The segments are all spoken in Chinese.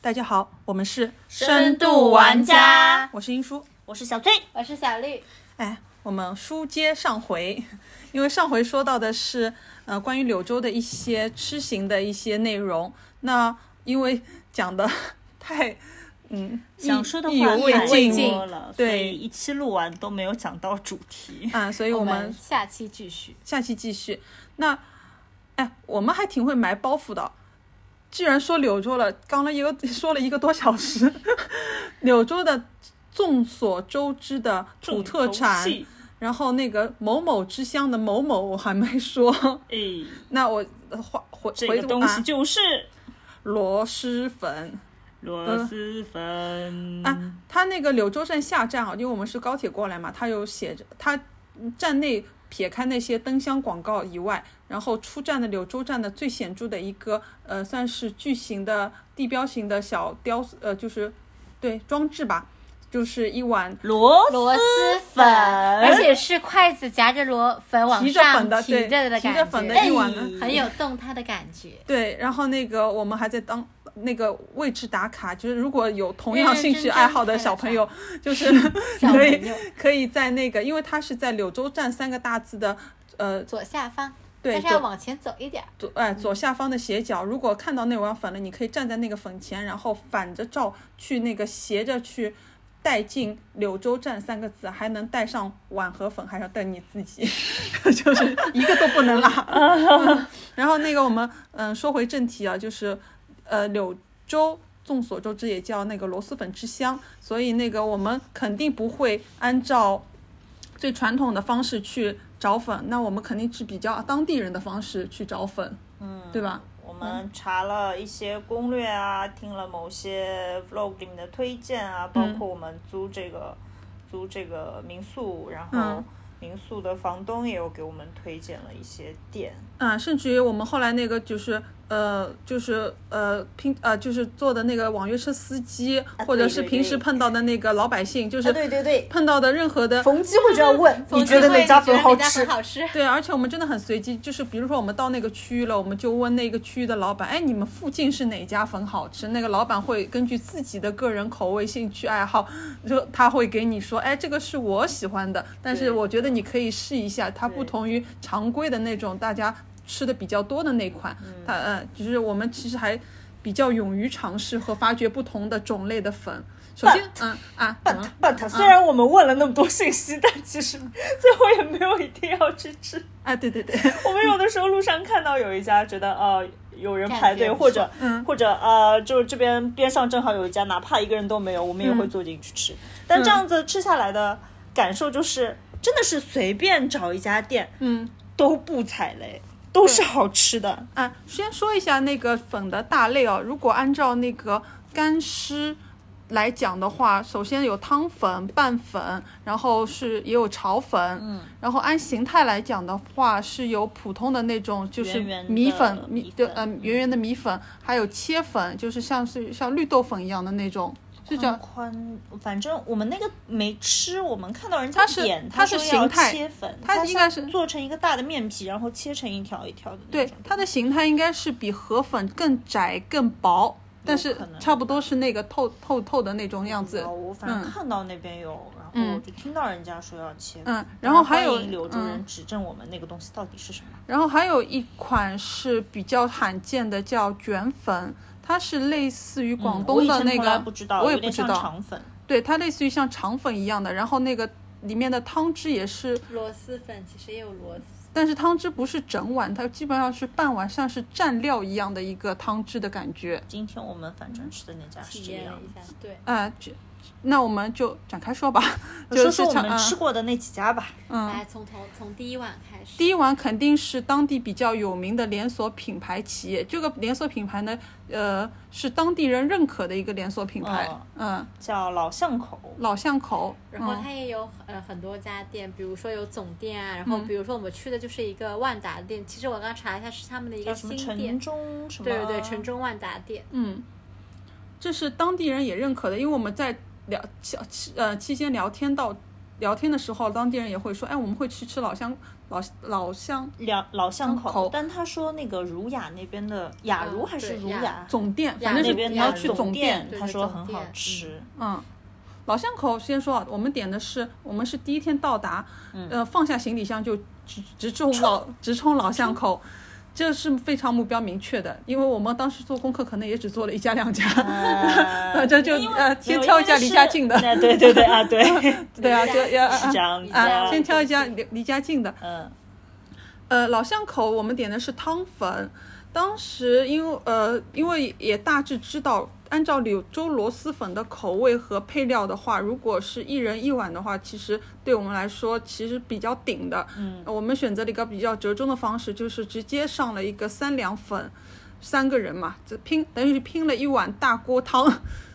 大家好，我们是深度玩家我是英叔。我是小醉，我是小绿，哎，我们书接上回， 因为上回说到的是呃关于柳州的一些吃行的一些内容，那因为讲的太嗯想说的意犹话未太尽多了，对所以一期录完都没有讲到主题。啊，所以我们下期继续。下期继续。那，哎，我们还挺会埋包袱的。既然说柳州了，刚了一个 说了一个多小时， 柳州的众所周知的土特产，重头戏然后那个某某之乡的某某我还没说，哎，那我呃话回这回个东西啊就是螺蛳粉。螺蛳粉啊，它那个柳州站下站啊，因为我们是高铁过来嘛，它有写着，它站内撇开那些灯箱广告以外，然后出站的柳州站的最显著的一个呃，算是巨型的地标型的小雕塑，呃，就是对装置吧，就是一碗螺螺蛳粉，粉而且是筷子夹着螺粉往提着粉上的，提对，着的提感着觉，粉的哎一碗。很有动它的感觉。对，然后那个我们还在当那个位置打卡，就是如果有同样兴趣爱好的小朋友，就是 小可朋以友可以在那个，因为它是在柳州站三个大字的呃左下方，对但是要左往前走一点儿。左哎左下方的斜角，如果看到那碗粉了，你可以站在那个粉前，然后反着照去那个斜着去。带进柳州站三个字，还能带上碗和粉，还要带你自己， 就是一个都不能落。嗯然后那个我们嗯说回正题啊，就是呃柳州众所周知也叫那个螺蛳粉之乡，所以那个我们肯定不会按照最传统的方式去找粉，那我们肯定是比较当地人的方式去找粉，嗯，对吧？我们查了一些攻略啊，听了某些 vlog 里面的推荐啊，包括我们租这个、租这个民宿，然后嗯民宿的房东也有给我们推荐了一些店。啊，甚至于我们后来那个就是呃，就是呃拼呃，就是坐的那个网约车司机，或者啊对是对平时对啊碰到的那个老百姓，就是对对，碰到的任何的逢机会就要问，你觉得那那家粉好吃？好吃？对，而且我们真的很随机，就是比如说我们到那个区域了，我们就问那个区域的老板，哎，你们附近是哪家粉好吃？那个老板会根据自己的个人口味、兴趣爱好，就他会给你说，哎，这个是我喜欢的，但是对我觉得你可以试一下，它不对同于常规的那种大家吃的比较多的那款，它呃，就是我们其实还比较勇于尝试和发掘不同的种类的粉。首 先，嗯啊，怎么了嗯 but 虽然我们问了那么多信息，但 其实最后也没有一定要去嗯吃。哎，对对对，我们有的时候路上看到有一家，觉得呃有人排感队，觉不或者、嗯或者呃就是这边边上正好有一家，哪怕一个人都没有，我嗯们也会坐进去吃。但这样子吃下来的感受就是，真的是随便找一家店嗯。都不踩雷，都是好吃的。啊，先说一下那个粉的大类哦。如果按照那个干湿来讲的话，首先有汤粉、拌粉，然后是也有炒粉，嗯，然后按形态来讲的话，是有普通的那种就是圆圆的米粉、米米对粉呃圆圆的米粉，还有切粉，就是像是像绿豆粉一样的那种，是叫哦宽，反正我们那个没吃，我们看到人家它是点，它他是说形要态切粉，它它应该是做成一个大的面皮，然后切成一条一条的那对种。，它的形态应该是比河粉更窄更薄，但是可能差不多是那个透透透的那种样子。哦我反正嗯看到那边有，然后嗯我就听到人家说要切。嗯然后还有欢迎柳州嗯人指正我们那个东西到底是什么。然后还有一款是比较罕见的，叫卷粉，它是类似于广东的那嗯我以前从个，来不知道，我也有不点知像道，肠粉，对，它类似于像肠粉一样的，然后那个里面的汤汁也是，螺蛳粉其实也有螺丝，但是汤汁不是整碗，它基本上是半碗，像是蘸料一样的一个汤汁的感觉。今天我们反正吃的那家是体这验样了。一下。对，啊、这那我们就展开说吧，就是说嗯说我肠，们吃嗯过的那几家吧。来哎从头从第一碗开始。第一碗肯定是当地比较有名的连锁品牌企业，这个连锁品牌呢，呃，是当地人认可的一个连锁品牌，哦嗯。叫老巷口，老巷口，然后嗯它也有呃很多家店，比如说有总店啊，然嗯后比如说我们去的就是一个万达店，其实我刚查了一下是他们的一叫个什么新城店，中什么？对对对，城中万达店。嗯，呃这是当地人也认可的，因为我们在聊小期呃期间聊天到聊天的时候，当地人也会说，哎，我们会去吃老乡老老乡老老巷口，口但他说那个儒雅那边的雅嗯儒还是对儒雅雅，总店，雅反正那是边你的要去总店。对他对说总很好店嗯 吃，嗯，老巷口先说啊，我们点的是，我们是第一天到达，嗯呃，放下行李箱就直直冲老直冲老巷口。这是非常目标明确的，因为我们当时做功课，可能也只做了一家两家，反嗯反正 就呃先挑一家离家近 的，对对对啊， 对对啊，就要是这样子啊，的先挑一家离离家近的。嗯呃，老巷口我们点的是汤粉，当时因为呃，因为也大致知道，按照柳州螺蛳粉的口味和配料的话，如果是一人一碗的话，其实对我们来说其实比较顶的。嗯，我们选择了一个比较折中的方式，就是直接上了一个三两粉。三个人嘛，这拼等于是拼了一碗大锅汤，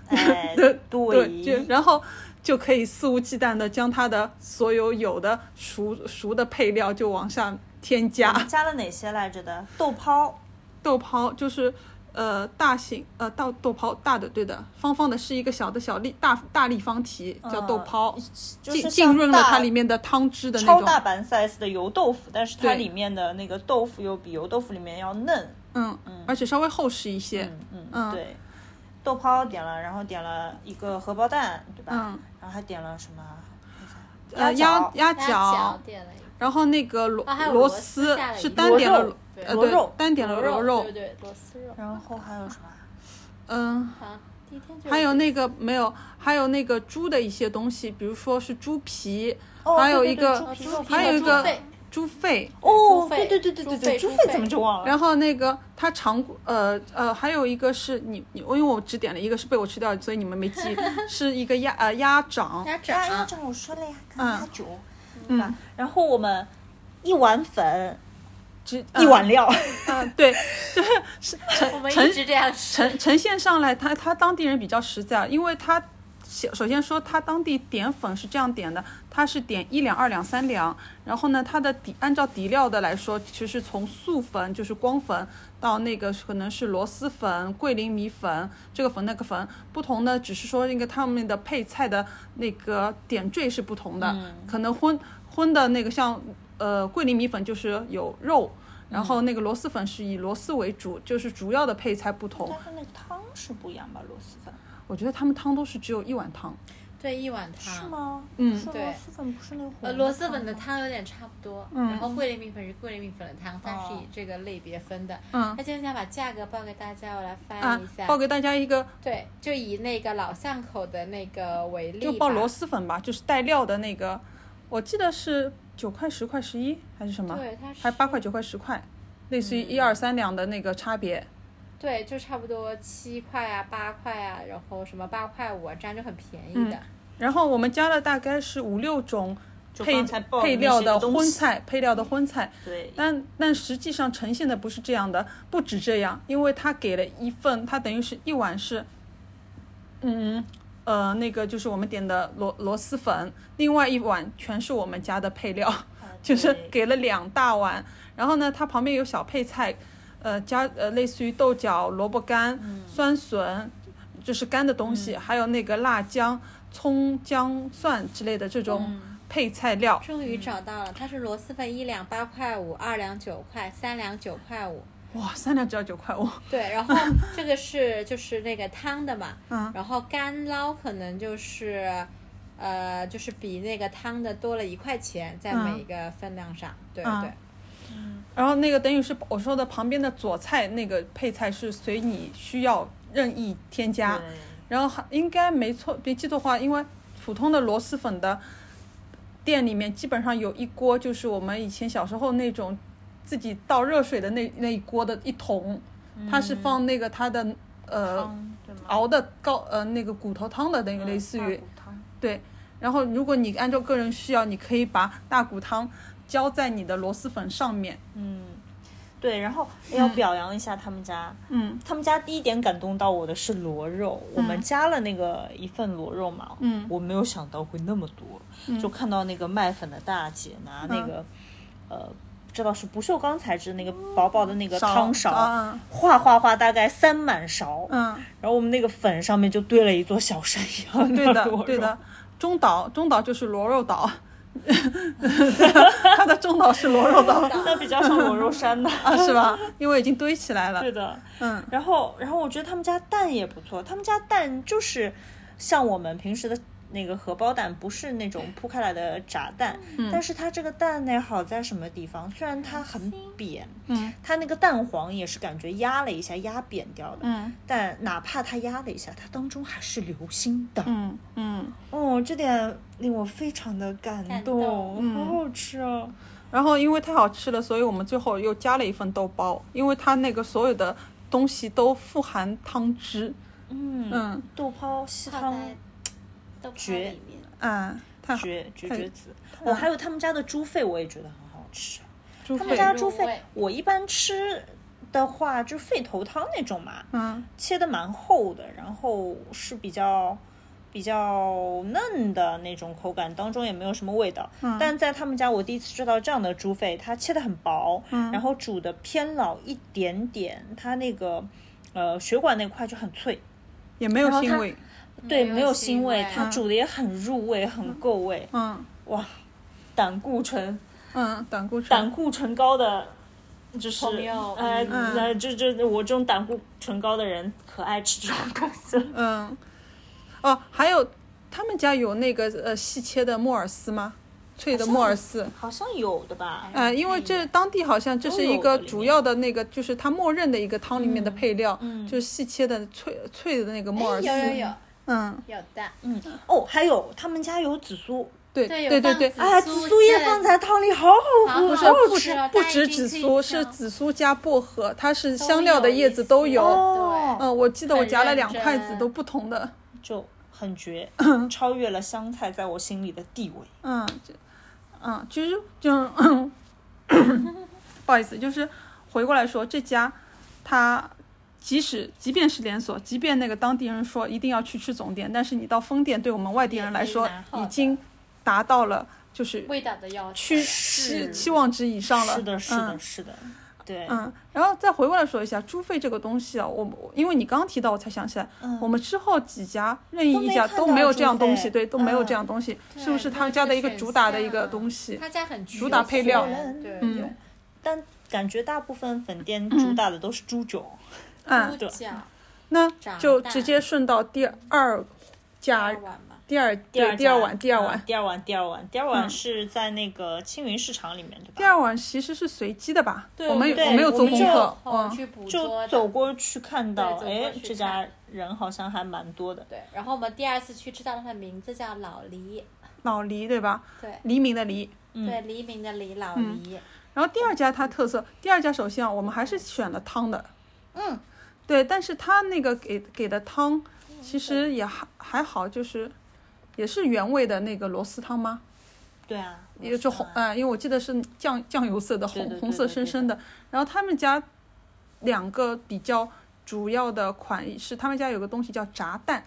哎 对，就对，然后就可以肆无忌惮的将它的所有有的熟熟的配料就往上添加。加了哪些来着的？豆泡，豆泡就是呃大型呃大豆泡大的对的，方方的是一个小的小立大大立方体叫豆泡，嗯就浸是浸像润了大它里面的汤汁的那超大种，版 size 的油豆腐，但是它对里面的那个豆腐又比油豆腐里面要嫩。嗯，而且稍微厚实一些，嗯嗯对。豆泡点了，然后点了一个荷包蛋，对吧？嗯然后还点了什么？呃鸭鸭鸭脚鸭脚脚，点了一个然后那个螺啊还有螺螺丝丝下了一是个单螺点肉了对呃螺肉对单点了螺肉对，对螺丝肉，然后还有什么？嗯。啊，第一天就还有这那个没有，还有那个猪的一些东西，比如说是猪皮，哦还有对对一个对个猪肉皮还和有一猪个肺对猪肺，哦，猪对肺对对对对对，猪猪肺肺怎么就忘了？然后那个他尝过，呃呃，还有一个是你你，因为我只点了一个是被我吃掉，所以你们没记，是一个鸭呃鸭掌，鸭哎呀，掌，这我说了呀，跟啊嗯鸭酒，对吧？然后我们一碗粉，只一碗，料， 呃呃对，我们陈一直这样吃，呈呈现上来，他他当地人比较实在，因为他首首先说他当地点粉是这样点的，他是点一两、二两、三两，然后呢，它的底按照底料的来说，其实从素粉就是光粉到那个可能是螺蛳粉、桂林米粉，这个粉那个粉不同的，只是说那个他们的配菜的那个点缀是不同的，可能荤荤的那个像呃桂林米粉就是有肉。然后那个螺蛳粉是以螺蛳为主，就是主要的配菜不同。但是那个汤是不一样吧？螺蛳粉我觉得他们汤都是只有一碗汤，对，一碗汤是吗？嗯是螺对蛳粉不是那个红呃，的螺蛳粉的吗汤有点差不多，嗯然后桂林米粉是桂林米粉的汤，它是哦以这个类别分的。嗯那今天想把价格报给大家，我来翻啊一下。，报给大家一个对，就以那个老巷口的那个为例吧。就报螺蛳粉吧，就是带料的那个，我记得是九块、十块、十一还是什么，对，它是嗯还八块、九块、十块，类似于一二三两的那个差别。对，就差不多七块啊、八块啊，然后什么八块五啊，这样就很便宜的。然后我们加了大概是五六种就配刚才报的配那料些的东荤西菜，配料的荤菜，对，但但实际上呈现的不是这样的，不止这样，因为他给了一份，他等于是一碗是，嗯，呃，那个就是我们点的螺螺蛳粉，另外一碗全是我们家的配料，就是嗯给了两大碗。然后呢，它旁边有小配菜，呃，加呃类似于豆角、萝卜干、酸笋，就是干的东西，还有那个辣姜、葱、姜、蒜之类的这种配菜料。终于找到了，它是螺蛳粉一两八块五，二两九块，三两九块五。哇，三两只要九块五。对，然后这个是就是那个汤的嘛，嗯然后干捞可能就是，呃，就是比那个汤的多了一块钱，在嗯每个分量上，对嗯对，然后那个等于是我说的旁边的佐菜那个配菜是随你需要任意添加，对然后还应该没错，别记错的话，因为普通的螺蛳粉的店里面基本上有一锅就是我们以前小时候那种自己倒热水的那那一锅的一桶，它是放那个它的呃嗯汤对吗？熬的高呃那个骨头汤的那个嗯类似大于骨汤对，然后如果你按照个人需要，你可以把大骨汤浇在你的螺蛳粉上面，嗯，对，然后要表扬一下他们家，嗯他们家第一点感动到我的是螺肉，我们加了那个一份螺肉嘛，嗯我没有想到会那么多，就看到那个卖粉的大姐嗯拿那个，呃，不知道是不锈钢材质那个薄薄的那个勺汤勺，啊哗哗哗，大概三满勺，嗯。然后我们那个粉上面就堆了一座小山一样对的的 螺肉，对的。中岛，中岛就是螺肉岛， 它的中岛是螺肉岛那比较像螺肉山的。啊，是 吧？因为已经堆起来了。 对的，嗯，然后然后我觉得他们家蛋也不错，他们家蛋就是像我们平时的那个荷包蛋，不是那种铺开来的炸蛋，嗯但是它这个蛋呢好在什么地方？虽然它很扁，嗯，它那个蛋黄也是感觉压了一下，压扁掉的，嗯但哪怕它压了一下，它当中还是流心的，嗯嗯。哦，这点令我非常的感感动，动好嗯好吃哦。然后因为太好吃了，所以我们最后又加了一份豆包，因为它那个所有的东西都富含汤汁。嗯，嗯豆泡稀泡汤在豆泡绝里面，啊，太好，绝绝太绝子，我、还有他们家的猪肺，我也觉得很好吃。猪他们肺，家对猪入肺味，我一般吃的话就肺头汤那种嘛，嗯切的蛮厚的，然后是比较比较嫩的那种口感，当中也没有什么味道。嗯但在他们家，我第一次吃到这样的猪肺，它切的很薄，嗯然后煮的偏老一点点，它那个呃血管那块就很脆。也没有然后腥它味。对，没没有有腥腥味，味嗯它煮的也很入味，很够味。嗯哇，胆固醇，嗯，胆固胆醇。固醇高的，就是朋友哎，嗯那就就我这种胆固醇高的人，可爱吃这种东西了。嗯，哦，还有他们家有那个呃细切的木耳丝吗？脆的木耳丝。好像有的吧？哎呃，因为这当地好像这是一个主要的那个，就是它默认的一个汤里面的配料，就是细切的脆脆的那个木耳丝。嗯哎有有有嗯，有的，嗯，哦，还有他们家有紫苏，对对有对对放对，紫哎，紫苏叶在放在汤里，好好喝，啊不是好不吃止哦不大家止一定紫可以苏，这是样紫苏加薄荷，它是都香料的有叶一子都些有。哦嗯，我记得我很夹了认两筷真子，都不同的。就很绝，超越了香菜在我心里的地位。嗯，这，嗯，其实就 不好意思，就是回过来说，这家它即使即便是连锁，即便那个当地人说一定要去吃总店，但是你到分店，对我们外地也人可来以说拿，号已的经达到了就是味道的要求去是期期望值以上了。是的，是嗯的，是的，对，嗯，然后再回过来说一下猪肺这个东西啊，我我因为你刚提到，我才想起来，嗯我们之后几家任意都一没家看都到没有猪这样东肺西，对，都没有嗯这样东西，对是不是他们它家有的一一个选主打的一个项东西？他家很主打配料对，嗯但感觉大部分粉店主打的都是猪肘。嗯，猪脚那炸就直弹接顺到第二家二碗嘛，第二第二对第二家碗第二嗯碗第二碗，第二碗，第二碗嗯是在那个青云市场里面，对吧？第二碗其实是随机的吧？对我们对我没有我做们功就课，后嗯去捕就捉走的。过去看对到，走过哎去，这家人好像还蛮多的。对，然后我们第二次去知道它的名字叫老黎，老黎对吧？对黎明的黎。对，黎明的黎，老嗯黎，然后第二家它特色，第二家首先啊，我们还是选了汤的，嗯，对，但是它那个给给的汤其实也还还好，就是也是原味的那个螺丝汤吗？对啊，也就红，呃，因为我记得是酱酱油色的对红对对红色对对深深的。然后他们家两个比较主要的款是他们家有个东西叫炸蛋，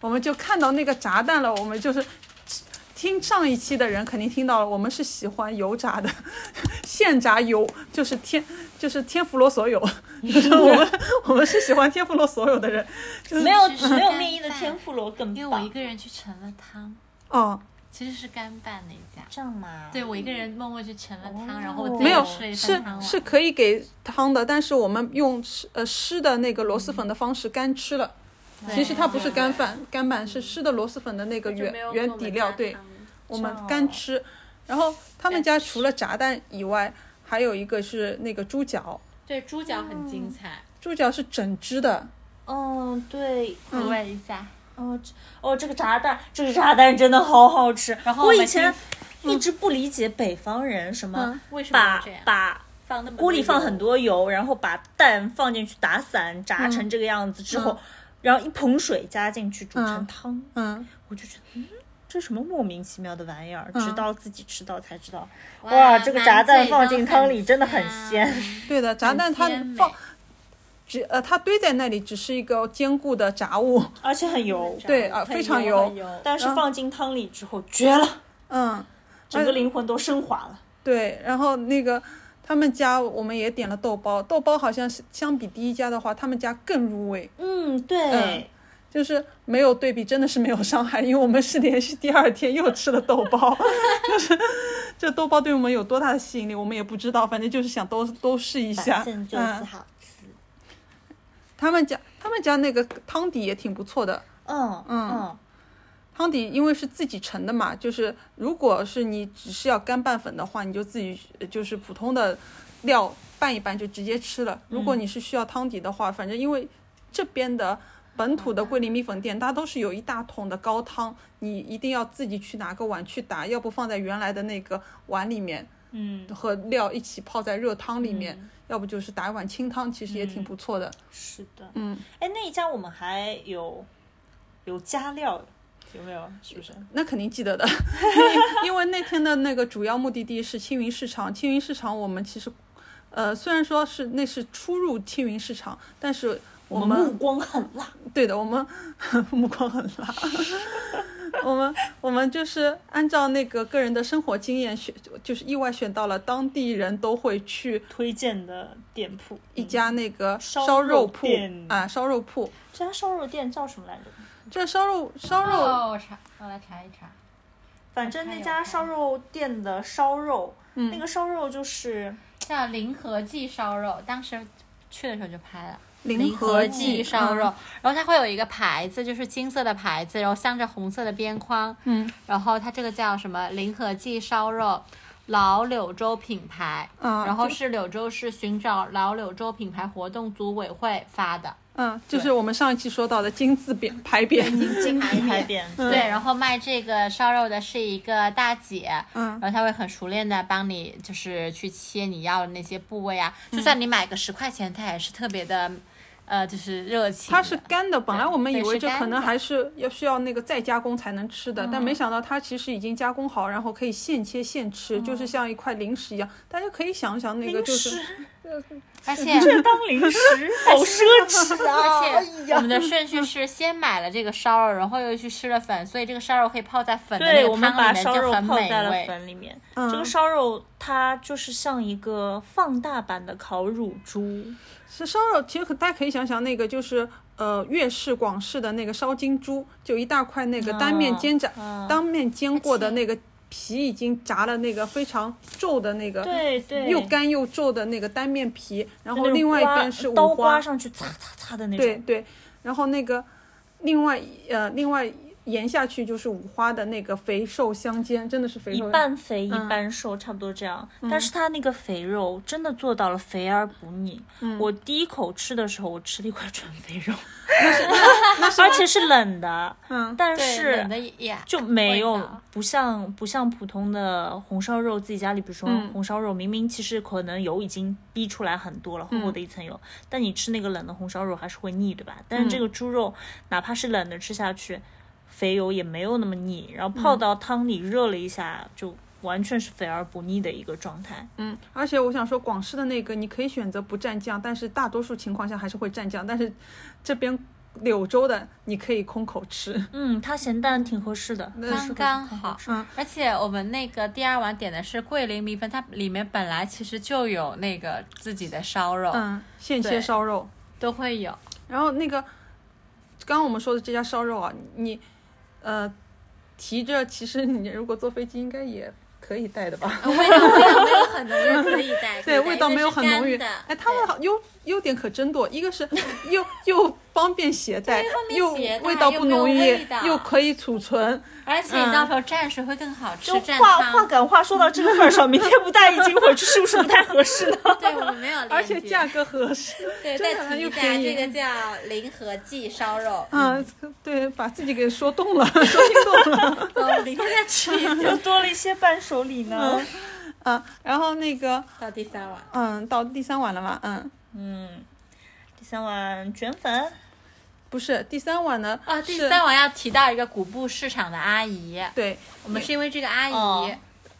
我们就看到那个炸蛋了，我们就是。听上一期的人肯定听到了，我们是喜欢油炸的，现炸油就是天就是天妇罗所有， 就是我们我们是喜欢天妇罗所有的人没有其实没有干面衣的拌天妇罗更因为我一棒。个人去盛了汤，哦，其实是干拌那一家。这样嘛？对，我一个人默默去盛了汤，然后我哦自己没有又吃了一份是汤碗是可以给汤的，但是我们用湿呃湿的那个螺蛳粉的方式干吃了。对其实它不是对干饭，干拌是湿的螺蛳粉的那个就原没有给原我底们料，加对汤我们哦干吃。然后他们干家除了炸弹以外，还有一个是那个猪脚，对，猪脚很精彩，猪脚是整只的，嗯，对，回味一下。哦，这哦，这个炸蛋，这个炸蛋真的好好吃。然后我我以们前听一直不理解北方人什么嗯为什么要把这样？把放那么多锅里放很油，多油，然后把蛋放进去打散，炸成这个样子之后，然后一盆水加进去煮成嗯汤，嗯，我就觉得，嗯，这什么莫名其妙的玩意儿？嗯直到自己吃到才知道，哇，这个炸蛋放进汤里真的很很鲜。对的，炸蛋它鲜美放只呃它堆在那里只是一个坚固的炸物， 而且很油，对啊、很非常油油很，油但是放进汤里之后绝了，嗯。整个灵魂都升华了。对，然后那个他们家我们也点了豆包，豆包好像是相比第一家的话，他们家更入味。嗯，对嗯，就是没有对比，真的是没有伤害，因为我们是连续第二天又吃了豆包， 就是这豆包对我们有多大的吸引力，我们也不知道，反正就是想都都试一下反。正就是嗯，好吃。他们家他们家那个汤底也挺不错的，嗯嗯嗯汤底因为是自己盛的嘛，就是如果是你只是要干拌粉的话，你就自己呃就是普通的料拌一拌就直接吃了。如果你是需要汤底的话，反正因为这边的本土的桂林米粉店，它都是有一大桶的高汤，你一定要自己去拿个碗去打，要不放在原来的那个碗里面嗯，和料一起泡在热汤里面，要不就是打一碗清汤，其实也挺不错的。是的。嗯，哎，那一家我们还有有加料，有没有？是不是？那肯定记得的，因为那天的那个主要目的地是青云市场。青云市场我们其实，呃，虽然说是那是出入青云市场，但是我们目光很辣。对的，我们 目光很辣。我们我们就是按照那个个人的生活经验选，就是意外选到了当地人都会去推荐的店铺，一家那个烧烧肉肉铺店啊，烧肉铺。这家烧肉店叫什么来着？这烧肉烧肉哦，我查，我来查一查。反正那还家有烧肉店的烧肉，嗯那个烧肉就是叫临河记烧肉，当时去的时候就拍了。临河河记记烧肉，嗯然后它会有一个牌子，就是金色的牌子，然后镶着红色的边框，嗯，然后它这个叫什么？临河记烧肉，老柳州品牌，啊然后对是柳州市寻找老柳州品牌活动组委会发的，嗯，就是我们上一期说到的金字匾牌匾。金牌牌面。匾，嗯对，然后卖这个烧肉的是一个大姐，嗯然后她会很熟练的帮你，就是去切你要的那些部位啊，嗯就算你买个十块钱，她也是特别的，呃，就是热情的。它是干的，本来我们以对为是这可干能的嗯还是要需要那个再加工才能吃的，但没想到它其实已经加工好，然后可以现切现吃，嗯就是像一块零食一样。大家可以想想那个就是零食而且当零食， 好奢侈啊！而哎且我们呀，的顺序是先买了这个烧肉，然后又去吃了粉，所以这个烧肉可以泡在粉的那对，个我们把汤里面，烧肉就很泡美在了味。粉里面。嗯这个烧肉它就是像一个放大版的烤乳猪，是烧肉，其实可大家可以想想那个就是呃粤式广式的那个烧金猪，就一大块那个单哦面煎炸、嗯当面煎过的那个皮已经炸了那个非常皱的那个，对对，又干又皱的那个单面皮，然就后那种另外一刮边是刀五刮花，上去，擦擦擦的那对种。对，然后那个呃另外呃另外延下去就是五花的那个肥瘦相间，真的是肥一瘦相。半肥一半瘦，差不多这样。嗯但是它那个肥肉真的做到了肥而不腻。嗯我第一口吃的时候，我吃了一块纯肥肉， 而且是冷的，嗯，但对是冷的也就没味有道不像不像普通的红烧肉，自己家里比如说嗯红烧肉，明明其实可能油已经逼出来很多了，厚厚的一层油，但你吃那个冷的红烧肉还是会腻，对吧？但是这个猪肉哪怕是冷的吃下去，肥油也没有那么腻，然后泡到汤里热了一下，就完全是肥而不腻的一个状态。嗯，而且我想说，广式的那个你可以选择不蘸酱，但是大多数情况下还是会蘸酱。但是这边柳州的你可以空口吃，嗯，它咸淡挺合适的，那刚是刚好。嗯而且我们那个第二碗点的是桂林米粉，它里面本来其实就有那个自己的烧肉，嗯，现切对烧肉。都会有。然后那个，刚刚我们说的这家烧肉啊，你呃提着，其实你如果坐飞机应该也可以带的吧？呃味道没有没有很浓郁，可以带。 可以对，带味道没有很浓郁。因为是干的哎，他们好优优点可真多，一个 是又又方便携带，便又携带味道又不没有浓味郁道，又可以储存。而且嗯你到时候蘸水会更好吃，就蘸话话汤。赶话说到这个份儿 上，明天不带一斤回去是不是不太合适呢？ 对，我们没有链 接。而且价格合 适，对，真再的提一又下，便宜这个叫临河记烧肉。嗯，对，把自己给说动了， 说心动了。 哦，我明天再吃一次。又多了一些伴手礼呢。嗯，然后那个，到第三碗，嗯，到第三碗了嘛，嗯，嗯，第三碗卷粉，不是第三碗呢，啊，第是三碗要提到一个古布市场的阿姨，对，我们是因为这个阿姨，哦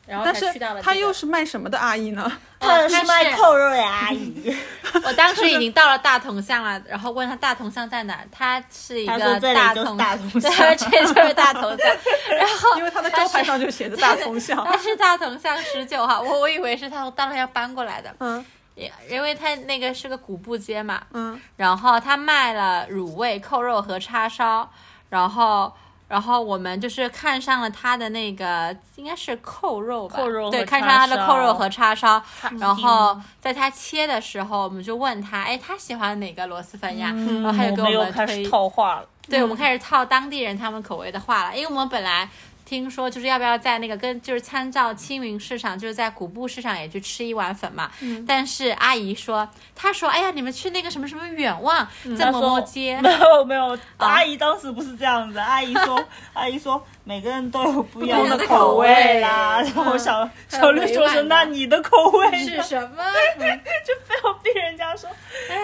然后但才是去到了、这个。她又是卖什么的阿姨呢？哦，啊是她卖是扣肉的阿姨，我当时已经到了大同巷了，然后问他大同巷在哪儿，他是一她说个这里大就是同大同巷对，这就是大同巷。 然哦后因为她的招牌上就写着大同巷。 他是大同巷十九号，我我以为是他从大同巷搬过来的，嗯，因因为它那个是个古布街嘛，嗯，然后他卖了卤味、扣肉和叉烧，然后然后我们就是看上了他的那个应该是扣肉吧，扣肉和对，看上他的叉烧扣肉和叉烧，然后在他切的时候，我们就问他，哎，他喜欢哪个螺蛳粉呀？然 后他就嗯我给们又们开始推，套话了。对我们开始套当地人他们口味的话了，因为我们本来。听说就是要不要在那个跟就是参照青云市场，就是在古布市场也去吃一碗粉嘛。嗯但是阿姨说，她说，哎呀，你们去那个什么什么远望，在他某嗯说某街， 啊没有没有，阿姨当时不是这样子，阿姨 说阿姨说每个人都有不一样不一样的口口味啦。嗯然后小还有小绿委说婉是的那你的口味呢是什么？就 非要逼人家说。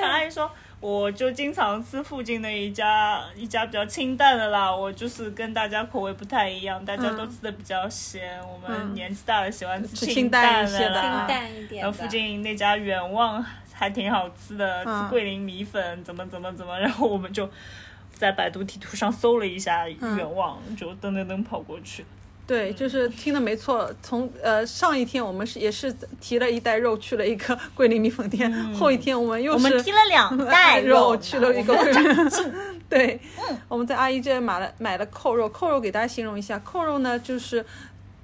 小阿姨说，我就经常吃附近的一家一家比较清淡的啦，我就是跟大家口味不太一样，大家都吃的比较咸，我们年纪大了喜欢吃吃嗯清清淡一些的的啦。清淡一点然后附近那家远望还挺好吃的，嗯吃桂林米粉，怎么怎么怎么，然后我们就。在百度地图上搜了一下远望，就噔噔噔跑过去。对，就是听的没错。从呃上一天我们是也是提了一袋肉去了一个 桂林米粉店，后一天我们又嗯我是们提了两 袋肉肉，去了一个桂 林。对，嗯我们在阿姨这买了买了扣肉，扣肉给大家形容一下，扣肉呢就是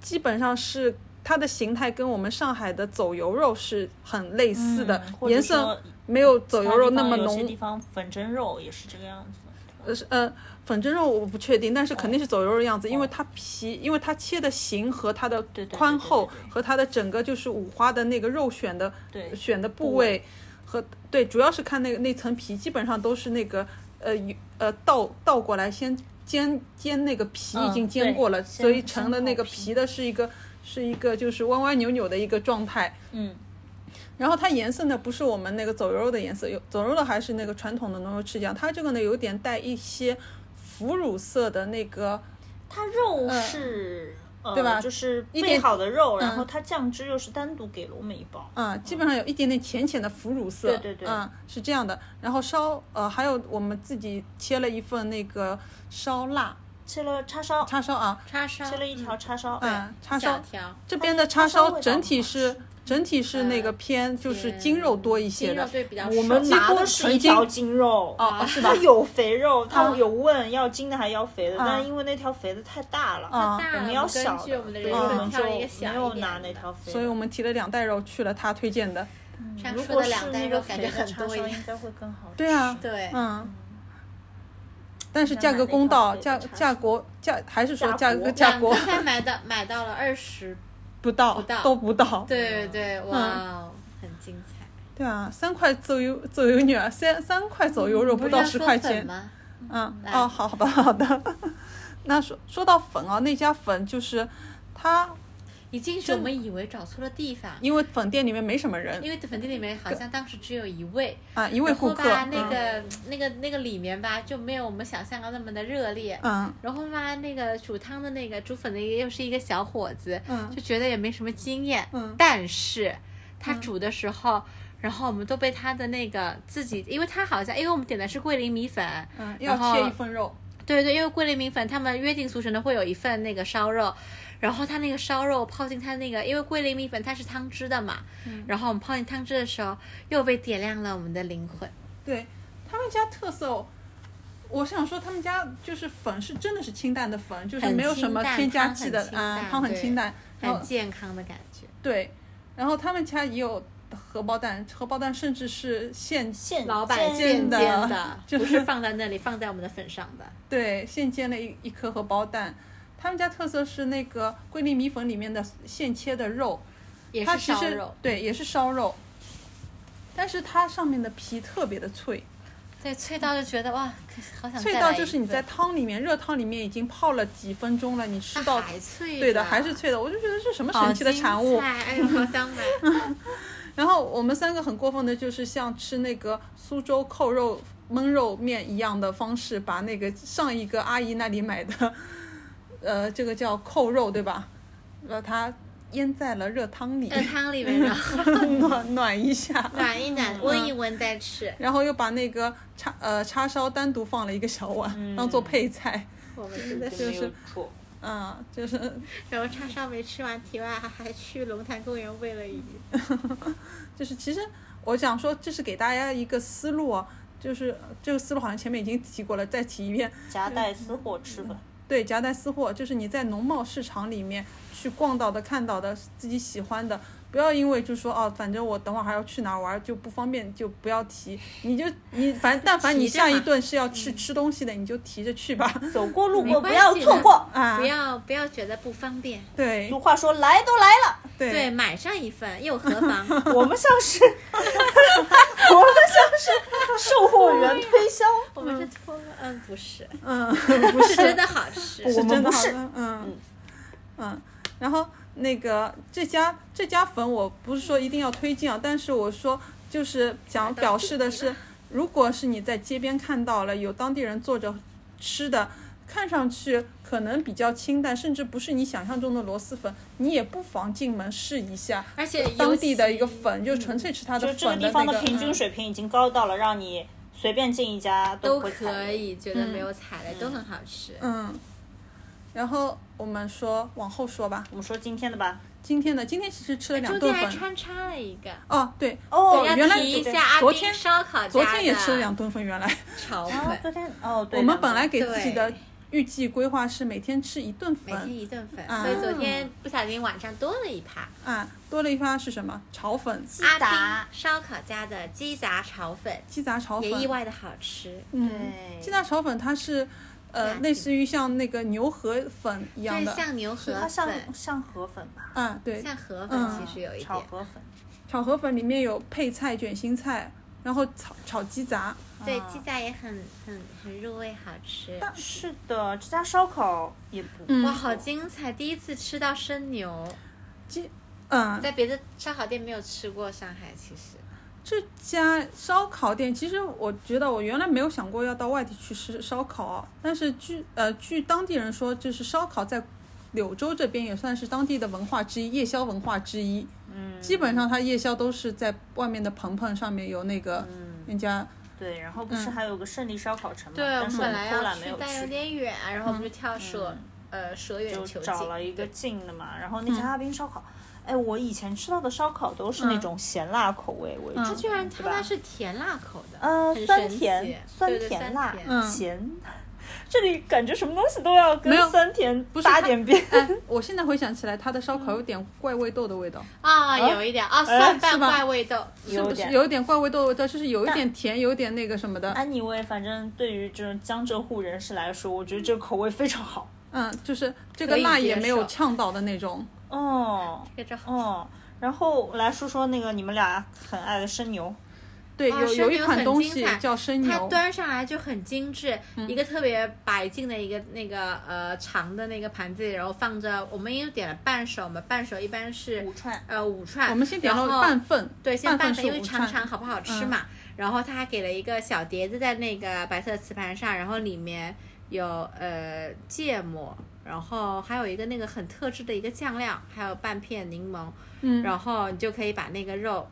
基本上是它的形态跟我们上海的走油肉是很类似的，嗯或者颜说色没有走油肉那么有些浓地，方粉蒸肉也是这个样子的。对吧呃是呃，粉蒸肉我不确定，但是哦肯定是走油肉的样子，因为它皮，因为它切的型和它的对对对宽对厚对对和它的整个就是五花的那个肉选的对选的部部位和对，主要是看那个那层皮，基本上都是那个呃油呃倒倒过来先煎煎那个皮已嗯经煎对过了，所先以成先了那烤个皮皮的是一个是一个就是弯弯扭扭的一个状态。嗯，然后它颜色呢，不是我们那个走油肉的颜色，有走油肉的还是那个传统的浓油赤酱，它这个呢有点带一些腐乳色的那个，它肉是、呃嗯对吧就是一备点好的肉，然嗯后它酱汁又是单独给了我们一包。啊、基本上有一点点浅浅的腐乳色，对对对嗯，是这样的。然后烧，呃，还有我们自己切了一份那个烧腊吃了叉烧，叉烧啊，叉哦烧吃了一条叉烧，哎嗯，叉小烧条，这边的叉叉烧味烧道整很体好是吃整体是那个偏就是筋肉多一些鸡肉的，对比较我嗯们少拿的是一条筋肉，哦，是吧它？有肥肉，它啊有问要筋的还要肥的，啊但是因为那条肥的太大了，啊大我们要小的，嗯所以人我份们就挑一个没小有一点拿的那条肥的。所以我们提了两袋肉去了他推荐的，这样如说的果是两袋那肉个感肥觉的很叉多烧，一应样。该会更好吃。对啊对，嗯。但是那价买格那公套道，肥的价叉烧价格价还是说价价格格价两格个才买到买到了二十， 不到，不到都不到。对对，嗯哇哦，很精彩。对啊，三块走油走油女儿，三三块走油肉不到嗯是要十说块粉钱。吗？嗯，来哦，好好吧，好的。 那说说到粉啊，那家粉就是它，一进去我们以为找错了地方，因为粉店里面没什么人因为粉店里面好像当时只有一位，啊，一一位顾客。吧，那嗯个那个那个里面吧就没有我们想象的那么的热烈。嗯然后嘛，那个煮汤的那个煮粉的又是一个小伙子，嗯就觉得也没什么经验，嗯但是他煮的时候，然后我们都被他的那个自己，因为他好像因为我们点的是桂林米粉，嗯，要然后切一份肉，对对，因为桂林米粉他们约定俗成的会有一份那个烧肉，然后他那个烧肉泡进他那个，因为桂林米粉它是汤汁的嘛，嗯然后我们泡进汤汁的时候又被点亮了我们的灵魂，对他们家特色哦。我想说，他们家就是粉是真的是清淡的粉，就是很没有什么清淡添加汤剂很的清啊，淡汤很对清淡。然后很健康的感觉。对，然后他们家也有荷包蛋，荷包蛋甚至是现现老板现现的煎的，就不是是放在那里，放在我们的粉上的。对现煎了一一颗荷包蛋。他们家特色是那个桂林米粉里面的现切的肉，也它是其烧实肉，对也是烧肉，但是它上面的皮特别的脆，对，脆到就觉得哇，可好想脆再到来就一是你在份汤里面热汤里面已经泡了几分钟了，你吃它到还脆，对的还是脆的，我就觉得是什么好神奇的精产物。彩哎呦，好想买。然后我们三个很过分的就是像吃那个苏州扣肉焖肉面一样的方式，把那个上一个阿姨那里买的，呃，这个叫扣肉对吧？把它腌在了热汤里，在汤里面，然后暖 暖一下。暖一嗯暖，温一温再吃。然后又把那个嗯叉呃叉烧单独放了一个小碗，当做配菜。我们真的就是错。嗯，就是然后叉烧没吃完，题外还去龙潭公园喂了鱼。就是，其实我想说，这是给大家一个思路哦，就是这个思路好像前面已经提过了，再提一遍，夹带私货吃粉。对，夹带私货，就是你在农贸市场里面去逛到的、看到的、自己喜欢的，不要因为就说哦，反正我等会儿还要去哪儿玩，就不方便就不要提。你就你反正但凡你提着嘛下一顿是要去吃东西的，你就提着去吧。 走过路没过不关要系错的过。啊不，要不要觉得不方便，对俗话说，来都来了。对对，买上一份又何妨？我们像是，我们像是售货员推销， 我们是托了，嗯，不是，嗯， 不是是真的好吃。是我们真的不好是的，嗯嗯，然后那个这家这家粉，我不是说一定要推荐啊，但是我说就是想表示的是，如果是你在街边看到了有当地人做着吃的，看上去可能比较清淡，甚至不是你想象中的螺蛳粉，你也不妨进门试一下而且当地的一个尤其粉，就纯粹吃它的就粉这个的地方那的个。嗯平均水平已经高到了让你随便进一家都不会踩可雷。以，觉得没有踩雷、都很好吃。嗯，然后我们说往后说吧，我们说今天的吧，今天的今天其实吃了两哎中顿间还粉。穿插了一个，哦，对，哦对要原来提一对下阿昨斌天烧烤昨家天也吃了的两顿粉，原来炒然后粉，昨天哦，对，我们两个本来给自己的对预计规划是每天吃一顿每天粉一顿粉，啊所以昨天不小心晚上多了一盘。啊，多了一趴是什么？炒粉、阿杂斌烧烤家的鸡杂炒粉鸡杂炒也意粉。外的好吃，嗯，对鸡杂炒粉它是呃辣类条似于像那个牛河粉一样就是的，像牛河它像粉，像河粉吧，啊对，像河嗯粉其实有一炒点。河粉，炒河粉里面有配菜卷心菜，然后炒炒鸡杂，对啊，鸡杂也很很很入味，好吃。是的，这家烧烤也不嗯哇，好精彩！第一次吃到生牛，鸡嗯在别的烧烤店没有吃过。上海其实嗯这家烧烤店，其实我觉得我原来没有想过要到外地去吃烧烤，但是据呃据当地人说，就是烧烤在柳州这边也算是当地的文化之一，夜宵文化之一。嗯，基本上它夜宵都是在外面的棚棚上面有那个嗯人家，对，然后不是嗯还有个胜利烧烤城嘛，对我但们是本来们偷要懒去没有，但有去。嗯点远，然后我们就跳蛇，呃，蛇远就求找了近。一个近的嘛，然后嗯那家阿斌烧烤，哎，我以前吃到的烧烤都是那种咸辣口味为嗯主，这居然对他吧那是甜辣口的，呃很酸神奇甜对对甜酸辣甜嗯咸，这里感觉什么东西都要没跟有酸甜不是搭它点边，哎，我现在回想起来，它的烧烤有点怪味豆的味道，啊，哦有一点哎啊，蒜是瓣吧怪味嗯豆，是不是点。有点怪味豆的味道？就是有一点甜，有点那个什么哎的，安妮味，反正对于这种江浙沪人士来说，我觉得这个口味非常好。嗯，就是这可个以辣接也没有受呛到的那种。哦这个好哦，然后来说说那个你们俩很爱的生牛，对，啊有生有一牛款很东精西彩叫生它牛，端上来就很精致，嗯一个特别白净的一个那个呃长的那个盘子里，然后放着我们因为点了半手嘛，半手一般是五串呃五串，我们先点然了后半份，对，先半拌份粉，是因为午尝餐嗯尝好不好吃嘛。然后他还给了一个小碟子在那个白色瓷盘上，然后里面有呃芥末，然后还有一个那个很特制的一个酱料，还有半片柠檬。嗯然后你就可以把那个肉，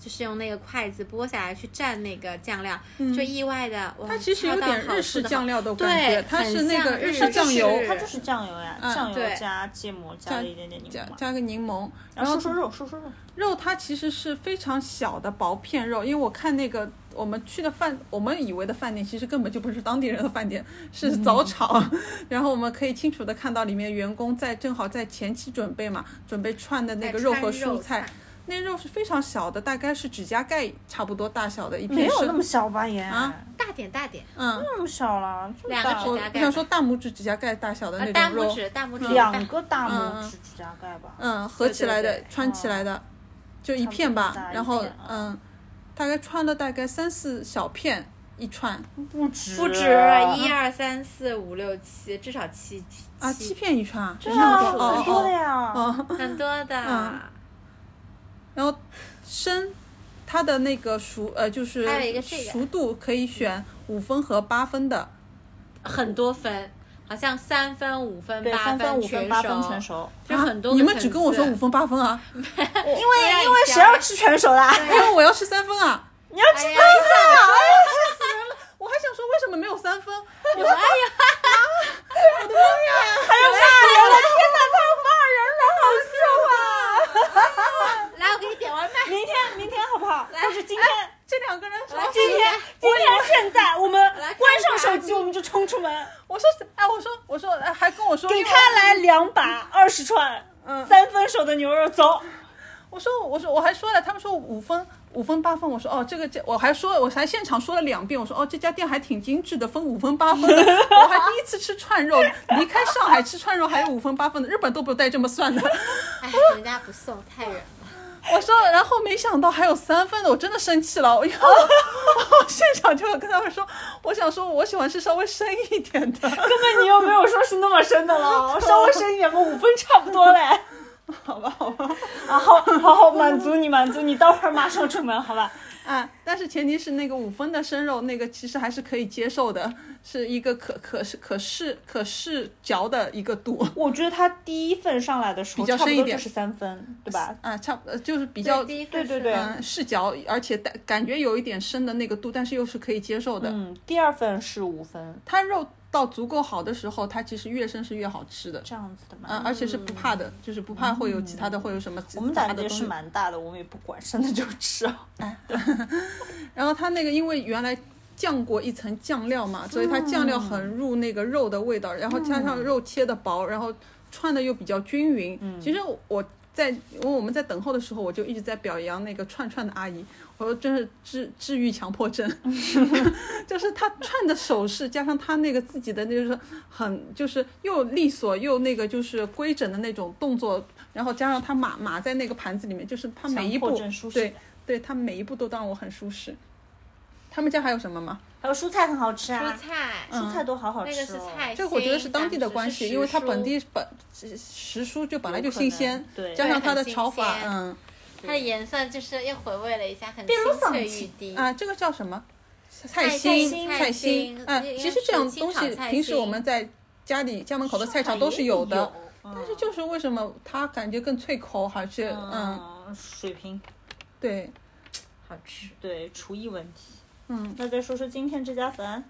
就是用那个筷子剥下来去蘸那个酱料，就意外的哇，嗯它其实有点日式酱料，料的对感觉，它很是那像个日式式酱油 它就是酱油呀，嗯酱油对加芥末加加了一点点柠加檬嘛。加个柠檬，然然后嗯后说说肉，说说肉，肉它其实是非常小的薄片肉，因为我看那个我们去的饭，我们以为的饭店其实根本就不是当地人的饭店，是早炒。 然后我们可以清楚的看到里面员工在正好在前期准备嘛，准备串的那个肉和蔬菜，，那肉是非常小的，大概是指甲盖差不多大小的一没片有那生么，小吧也，啊大点大点，嗯，那么小了，这么两个大指我甲我哦盖想吧说大拇指指甲盖大小的呃，那大种肉，拇指大拇指两个大嗯拇嗯指指甲盖吧。嗯，合起来对哦的对对穿起来的，就一片吧差不多大，然后一哦片啊嗯，大概穿了大概三四小片一串不嗯止啊不不止一二三四五六七，至少七啊，七片一串啊，对这么啊，多很哦多的哦呀。 哦，很多嗯的。然后生它的那个熟呃就是还有一个这个熟度可以选五分和八分的，很多分，好像三分、五分、对，八三分、五分、全八分全，熟，就啊很多个你们层只跟我说次五分八分 啊，因为哎因为谁加要吃全熟啦？因为我要吃三分啊，你要吃哎三啊呀哎我还想说为什么没有三分，有哎呀，还要啊是今天， 这两个人 说，今天今天现在我们来看关上看手机，我们就冲出门，我说哎，我说我说哎还跟我说给因为他来两把二十串，嗯三分熟的牛肉，走。我说我说我还说了，他们说五分五分八分，我说哦这个这我还说我还现场说了两遍，我说哦这家店还挺精致的，分五分八分 的，我还第一次吃串肉，离开上海吃串肉还有五分八分的，日本都不带这么算 的。哎，人家不送，太远了。我说，然后没想到还有三分的，我真的生气了，因为我我现场就跟他们说，我想说我喜欢吃稍微深一点的，根本你又没有说是那么深 的了，稍微深一点，个五分差不多嘞。好吧好吧，啊，好，好好满足你，满足你，待会儿马上出门，好吧？啊，但是前提是那个五分的生肉，那个其实还是可以接受的，是一个可可是可是可是嚼的一个度。我觉得他第一份上来的时候，比较差不深一多点就是三分，对吧？啊，差不多就是比较第一对份对是对嗯是嚼，而且感感觉有一点深的那个度，但是又是可以接受的。嗯，第二份是五分，它肉到足够好的时候，它其实越深是越好吃的。这样子的嘛。嗯，而嗯且是不怕的，就是不怕会有其他的，会有什么我们杂胆的东子也西是。蛮大的，我们也不管，生的就吃啊。然后它那个因为原来酱过一层酱料嘛，所以它酱料很入那个肉的味道，然后加上肉切的薄，然后串的又比较均匀。嗯其实我。在因为我们在等候的时候，我就一直在表扬那个串串的阿姨，我说真是治治愈强迫 症，就是她串的手势加上她那个自己的那就是很就是又利索又那个就是规整的那种动作，然后加上她码码在那个盘子里面，就是她每一强步迫症舒适对对，她每一步都让我很舒适。他们家还有什么吗？还有蔬菜很好吃蔬啊，菜，蔬菜都好好那吃、哦。个是菜心，这个我觉嗯得是当地咱的们只关系，是因为它时本蔬地本时蔬就本来有就可新能鲜，对加对上它很的新炒法，鲜嗯它的颜色就是又回味了一下，很比如清桑翠琪欲滴。啊，这个叫什么？菜嗯菜心，心菜菜心心，嗯，应该其实这样是东清西炒菜平时我心们在家里家门口的菜场都是有的，但是就是为什么它感觉更脆口，而且嗯，嗯嗯，水平对，好吃。对厨艺问题。嗯，那再说说今天这家粉，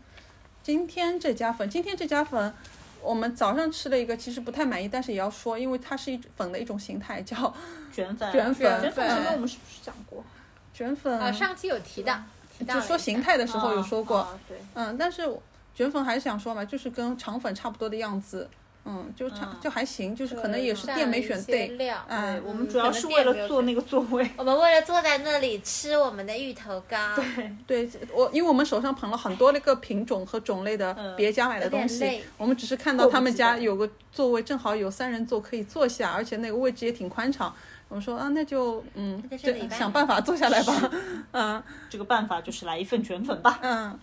今天这家粉，今天这家粉，我们早上吃了一个，其实不太满意，但是也要说，因为它是一种粉的一种形态，叫卷粉，啊卷粉卷粉，嗯前面我们是不是讲过？卷粉。呃，上期有提到，提到嗯就了说一形下态的时候有说过，哦啊啊对，嗯，但是卷粉还是想说嘛，就是跟肠粉差不多的样子，嗯，就差、嗯就还行，就是可对能也是蘸店没嗯了一选些对，料，哎对，我们嗯主要可能是店为没了有做选那个座位。我们为了坐在那里吃我们的芋头糕，对我，因为我们手上捧了很多那个品种和种类的嗯别家买的有点东西累，我们只是看到迫不他们及家待有个座位，正好有三人座可以坐下，而且那个位置也挺宽敞。我们说啊，那就嗯那，就这礼拜想吧办法坐下来吧， 嗯。这个办法就是来一份卷粉吧，嗯，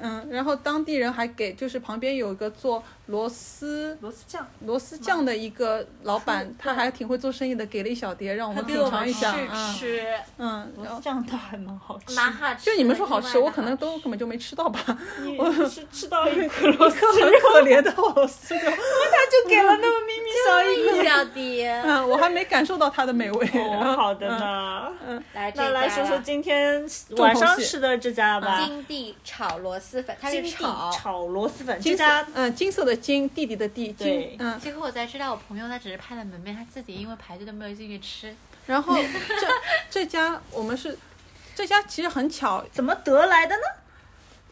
嗯，然后当地人还给，就是旁边有一个做螺丝螺丝酱。螺丝酱的一个老板，他还挺会做生意的，给了一小碟让我们品尝一下。试嗯吃，嗯，螺然丝后酱倒还蛮好吃，蛮好吃的。就你们说好意外吃，的我 可能都根本就没吃到吧，你吃吃到一颗我螺丝，很可怜的螺丝肉。他 就给了那么咪咪小一好吃一小 碟，嗯，我还没感受到它的美味。哦，好的呢。来那嗯这来家嗯说说了今天晚上戏吃的这家吧，金地炒螺蛳粉，它金是地炒。 炒螺蛳粉，金这色家，嗯，金色的金，弟弟的弟，金对，嗯，结果我才知道，我朋友他只是拍了门面，他自己因为排队都没有进去吃。然后这这家我们是，这家其实很巧，怎么得来的呢？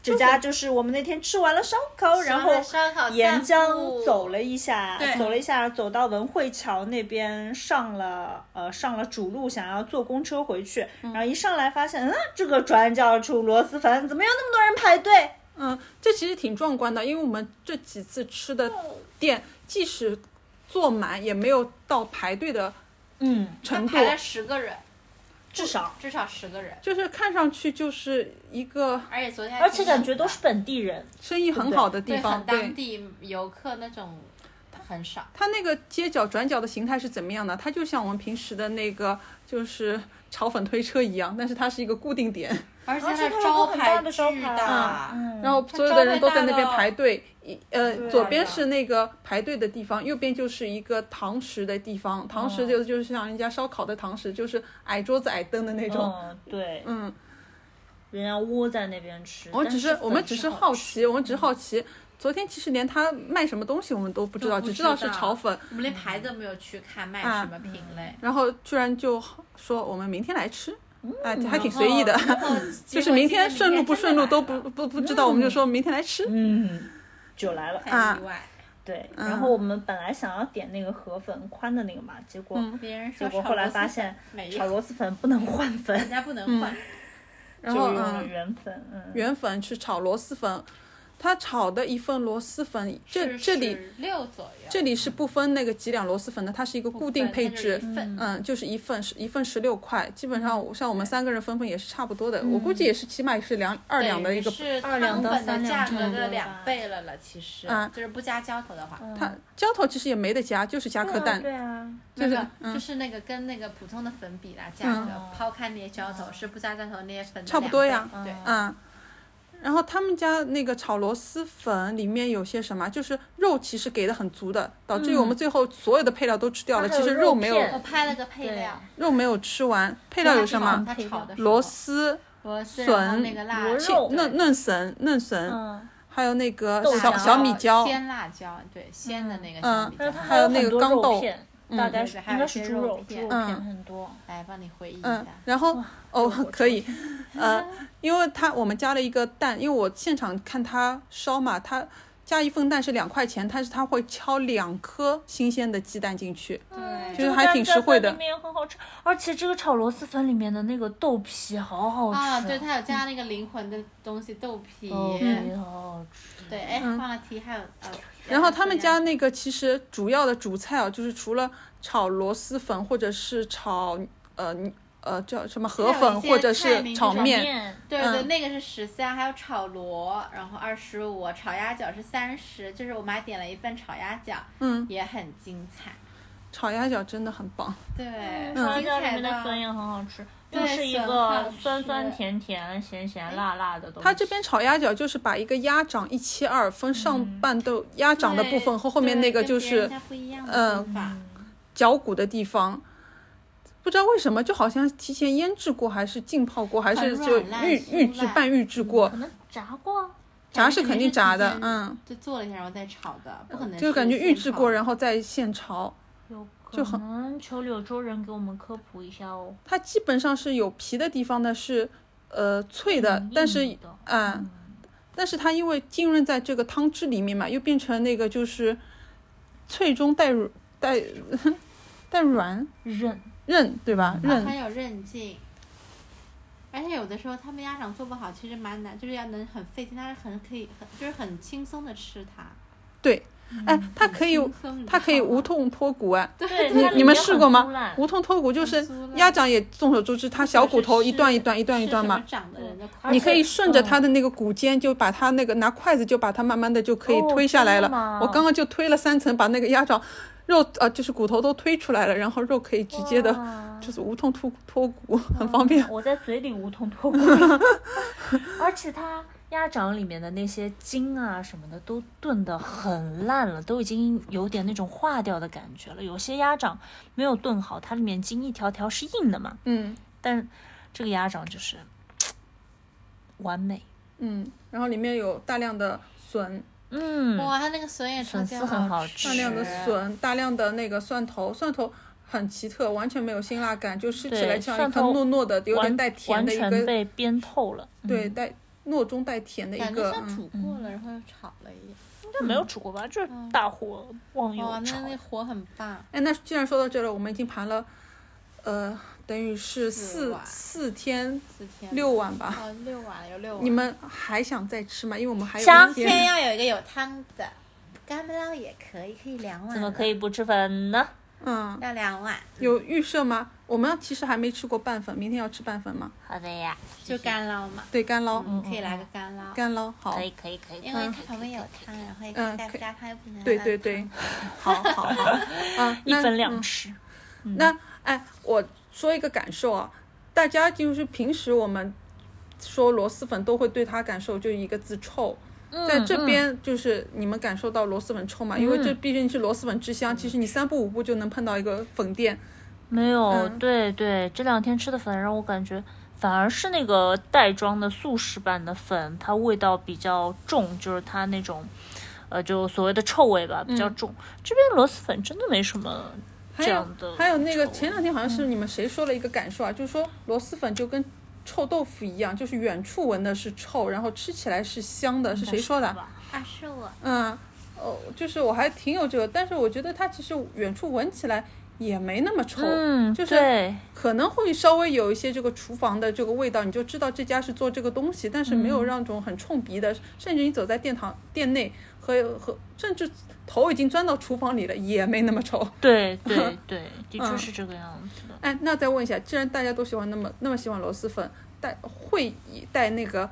这家就是我们那天吃完了烧烤，然后完了烧烤沿散江步走了一下，对走了一下，走到文汇桥那边上了呃上了主路，想要坐公车回去，然后一上来发现，嗯，这个转角处螺蛳粉怎么有那么多人排队？嗯，这其实挺壮观的，因为我们这几次吃的店，即使坐满也没有到排队的嗯，程度排，了十个人，至少，至少十个人，就是看上去就是一个而且昨天还而且挺冷感觉的都是本地人，生意很好的地对方。很当对，地游客那种很少。它那个街角转角的形态是怎么样的？它就像我们平时的那个就是炒粉推车一样，但是它是一个固定点，而且而且它它有招很大牌的巨招牌大，嗯，然后它所有招的人牌都大在那边到排队。一呃，对啊左边对啊是那个排队的地方，右边就是一个堂食的地方。堂食就就是像人家烧烤的堂食，就是矮桌子矮凳的那种。嗯，对，嗯，人家窝在那边吃。我们但只是是我们粉只是是好吃奇，我们只是好奇。昨天其实连他卖什么东西我们都不知道，不只知知道是道炒粉，我们连牌子都没有去看卖啊嗯什么品类。然后居然就说我们明天来吃。啊，还挺随意的。哦然后 就是明天顺路不顺路都不不不不知道，我们就说明天来吃。嗯，酒来了，啊意外。对。嗯然后我们本来想要点那个河粉宽的那个嘛，结果嗯别人说结果炒后来螺丝发粉现没炒有，螺蛳粉不能换人粉，家不嗯能换。然后 就用了嗯，原粉，嗯，圆粉是炒螺蛳粉，它炒的一份螺蛳粉，这这里六左右，这里是不分那个几两螺蛳粉的，它是一个固定配置。份嗯，就是一份是一份十六块，基本上我像我们三个人分分也是差不多的，我估计也是起码嗯也是两二两的一个是二两汤到粉三的两价差不格多吧的两倍了了，其实嗯就是不加浇头的话，它浇头其实也没得加，就是加颗对啊蛋。嗯就对啊，是没有嗯就是那个跟那个普通的粉比啦，价格嗯抛开那些浇头是不加浇头那些粉的差不多呀两倍对，嗯，然后他们家那个炒螺蛳粉里面有些什么，就是肉其实给的很足的，导致于我们最后所有的配料都吃掉了，它还其有实肉没有片我拍了个配料，肉没有吃完，配料有什么？它炒的时候螺丝、螺丝，笋然后那个辣螺切肉嫩嫩笋、嫩笋，嗯，还有那个豆小角小米椒，嗯鲜辣椒，对，鲜的那个小米椒但是它。还有很那个多钢肉豆片大概是对还有嗯应该一些是猪肉肉，猪片肉嗯片很多，来帮你回忆一下嗯，，然后哦可以，呃，因为它我们加了一个蛋，因为我现场看它烧嘛，它加一份蛋是两块钱，但是它会敲两颗新鲜的鸡蛋进去，对其实还挺实惠的哎这个蛋在里面也很好吃，而且这个炒螺蛳粉里面的那个豆皮好好吃啊，对，它有加那个灵魂的东西，豆皮，豆皮好好吃，对，哎，嗯忘了提，还有呃，然后他们家对那个其实主要的主菜啊，就是除了炒螺蛳粉，或者是炒呃呃叫什么河还有粉，一些或者菜是名炒就是面，对对，嗯那个是十三，还有炒螺，然后二十五，炒鸭脚是三十，就是我们还点了一份炒鸭脚，嗯，也很精彩，炒鸭脚真的很棒。对，烧精嗯鸭里彩面的粉到，也很好吃，对又是一笋很个好吃酸酸甜甜、咸咸辣辣的东西。它这边炒鸭脚就是把一个鸭掌一切二，分上半都鸭掌的部分和后面那个就嗯对跟别是人家不一样的嗯做法，脚骨的地方。不知道为什么，就好像提前腌制过，还是浸泡过，还是很就软烂嗯预酥预制烂半预制过可，能炸过，炸是肯定炸的感觉，嗯，就做了一下然后再炒的，不可能就是感觉现预制炒过，的然后再现炒。有可就很能求柳州人给我们科普一下哦。它基本上是有皮的地方呢是呃脆的，嗯但硬是的啊、嗯但是它因为浸润在这个汤汁里面嘛，又变成那个就是脆中带软带带软韧，韧，对吧？嗯然韧后，很有韧劲。而且有的时候他们鸭掌做不好，其实蛮难，就是要能很费劲，但是很可以，很就是很轻松的吃它。对，嗯哎，它可以轻松你它可以知道吗无痛脱骨啊。 对，你它 里你们面试很过酥吗烂？无痛脱骨就是很酥烂鸭掌也众所周知，它小骨头一段一段一段一段嘛是什么，长的人的口而感你可以且顺着嗯它的那个骨尖，就把它那个拿筷子就把它慢慢的就可以哦推下来了真的吗。我刚刚就推了三层，把那个鸭掌肉呃就是骨头都推出来了，然后肉可以 直接的 哇就是无痛脱脱骨，很方便。我在嘴里无痛脱骨，而且它鸭掌里面的那些筋啊什么的都炖得很烂了，都已经有点那种化掉的感觉了。有些鸭掌没有炖好，它里面筋一条条是硬的嘛，嗯但这个鸭掌就是完美。嗯，然后里面有大量的笋，嗯，哇，它那个笋也超笋级丝很好吃，大量的笋，大量的那个蒜头，蒜头。很奇特，完全没有辛辣感，就吃起来对像蒜一颗头糯糯的，有点完带甜完的一全个，被煸透了。嗯对，，带糯中带甜的一感个觉，像嗯煮过了，然后又炒了一样。应该没有煮过吧？就是大火忘嗯忧哇，炒那。那火很棒，哎，那既然说到这了，我们已经盘了，呃，等于是四四碗四天四天六碗吧。哦，六碗了，有六碗。你们还想再吃吗？因为我们还有想一今天天。要有一个有汤的，干不捞也可以，可以两碗。怎么可？以不吃粉呢？嗯，要两碗，有预设吗？我们其实还没吃过拌粉，明天要吃拌粉吗？好的呀，就干捞嘛，对，干捞，嗯，可以来个干捞。干捞，好可，以可以可以，因为嗯它旁边有汤，然后也可以再加汤，又不行。对对对， 好好好，嗯， 一那分两嗯吃。那哎，我说一个感受啊，大家就是平时我们说螺蛳粉都会对它感受就一个字臭。嗯在这边就是你们感受到螺蛳粉臭嘛？因为嗯这毕竟是螺蛳粉之乡，其实你三步五步就能碰到一个粉店。没有，嗯对对，这两天吃的粉让我感觉反而是那个袋装的速食版的粉，它味道比较重，就是它那嗯种。呃，就所谓的臭味吧，比较重。这边螺蛳粉真的没什么嗯还有长得还有那个丑前两天好像是你们谁说了一个感受啊，就是说螺蛳粉就跟臭豆腐一样，就是远处闻的是臭，然后吃起来是香嗯的，是谁说的？啊，是我，嗯，哦，就是我还挺有这个，但是我觉得它其实远处闻起来也没那么臭，嗯，就是对，可能会稍微有一些这个厨房的这个味道，你就知道这家是做这个东西，但是没有让这种很冲鼻的，甚至你走在殿堂店内和和甚至头已经钻到厨房里了，也没那么臭。对 对对，的确嗯是这个样子的。哎，那再问一下，既然大家都喜欢那么那么喜欢螺蛳粉，带会带那个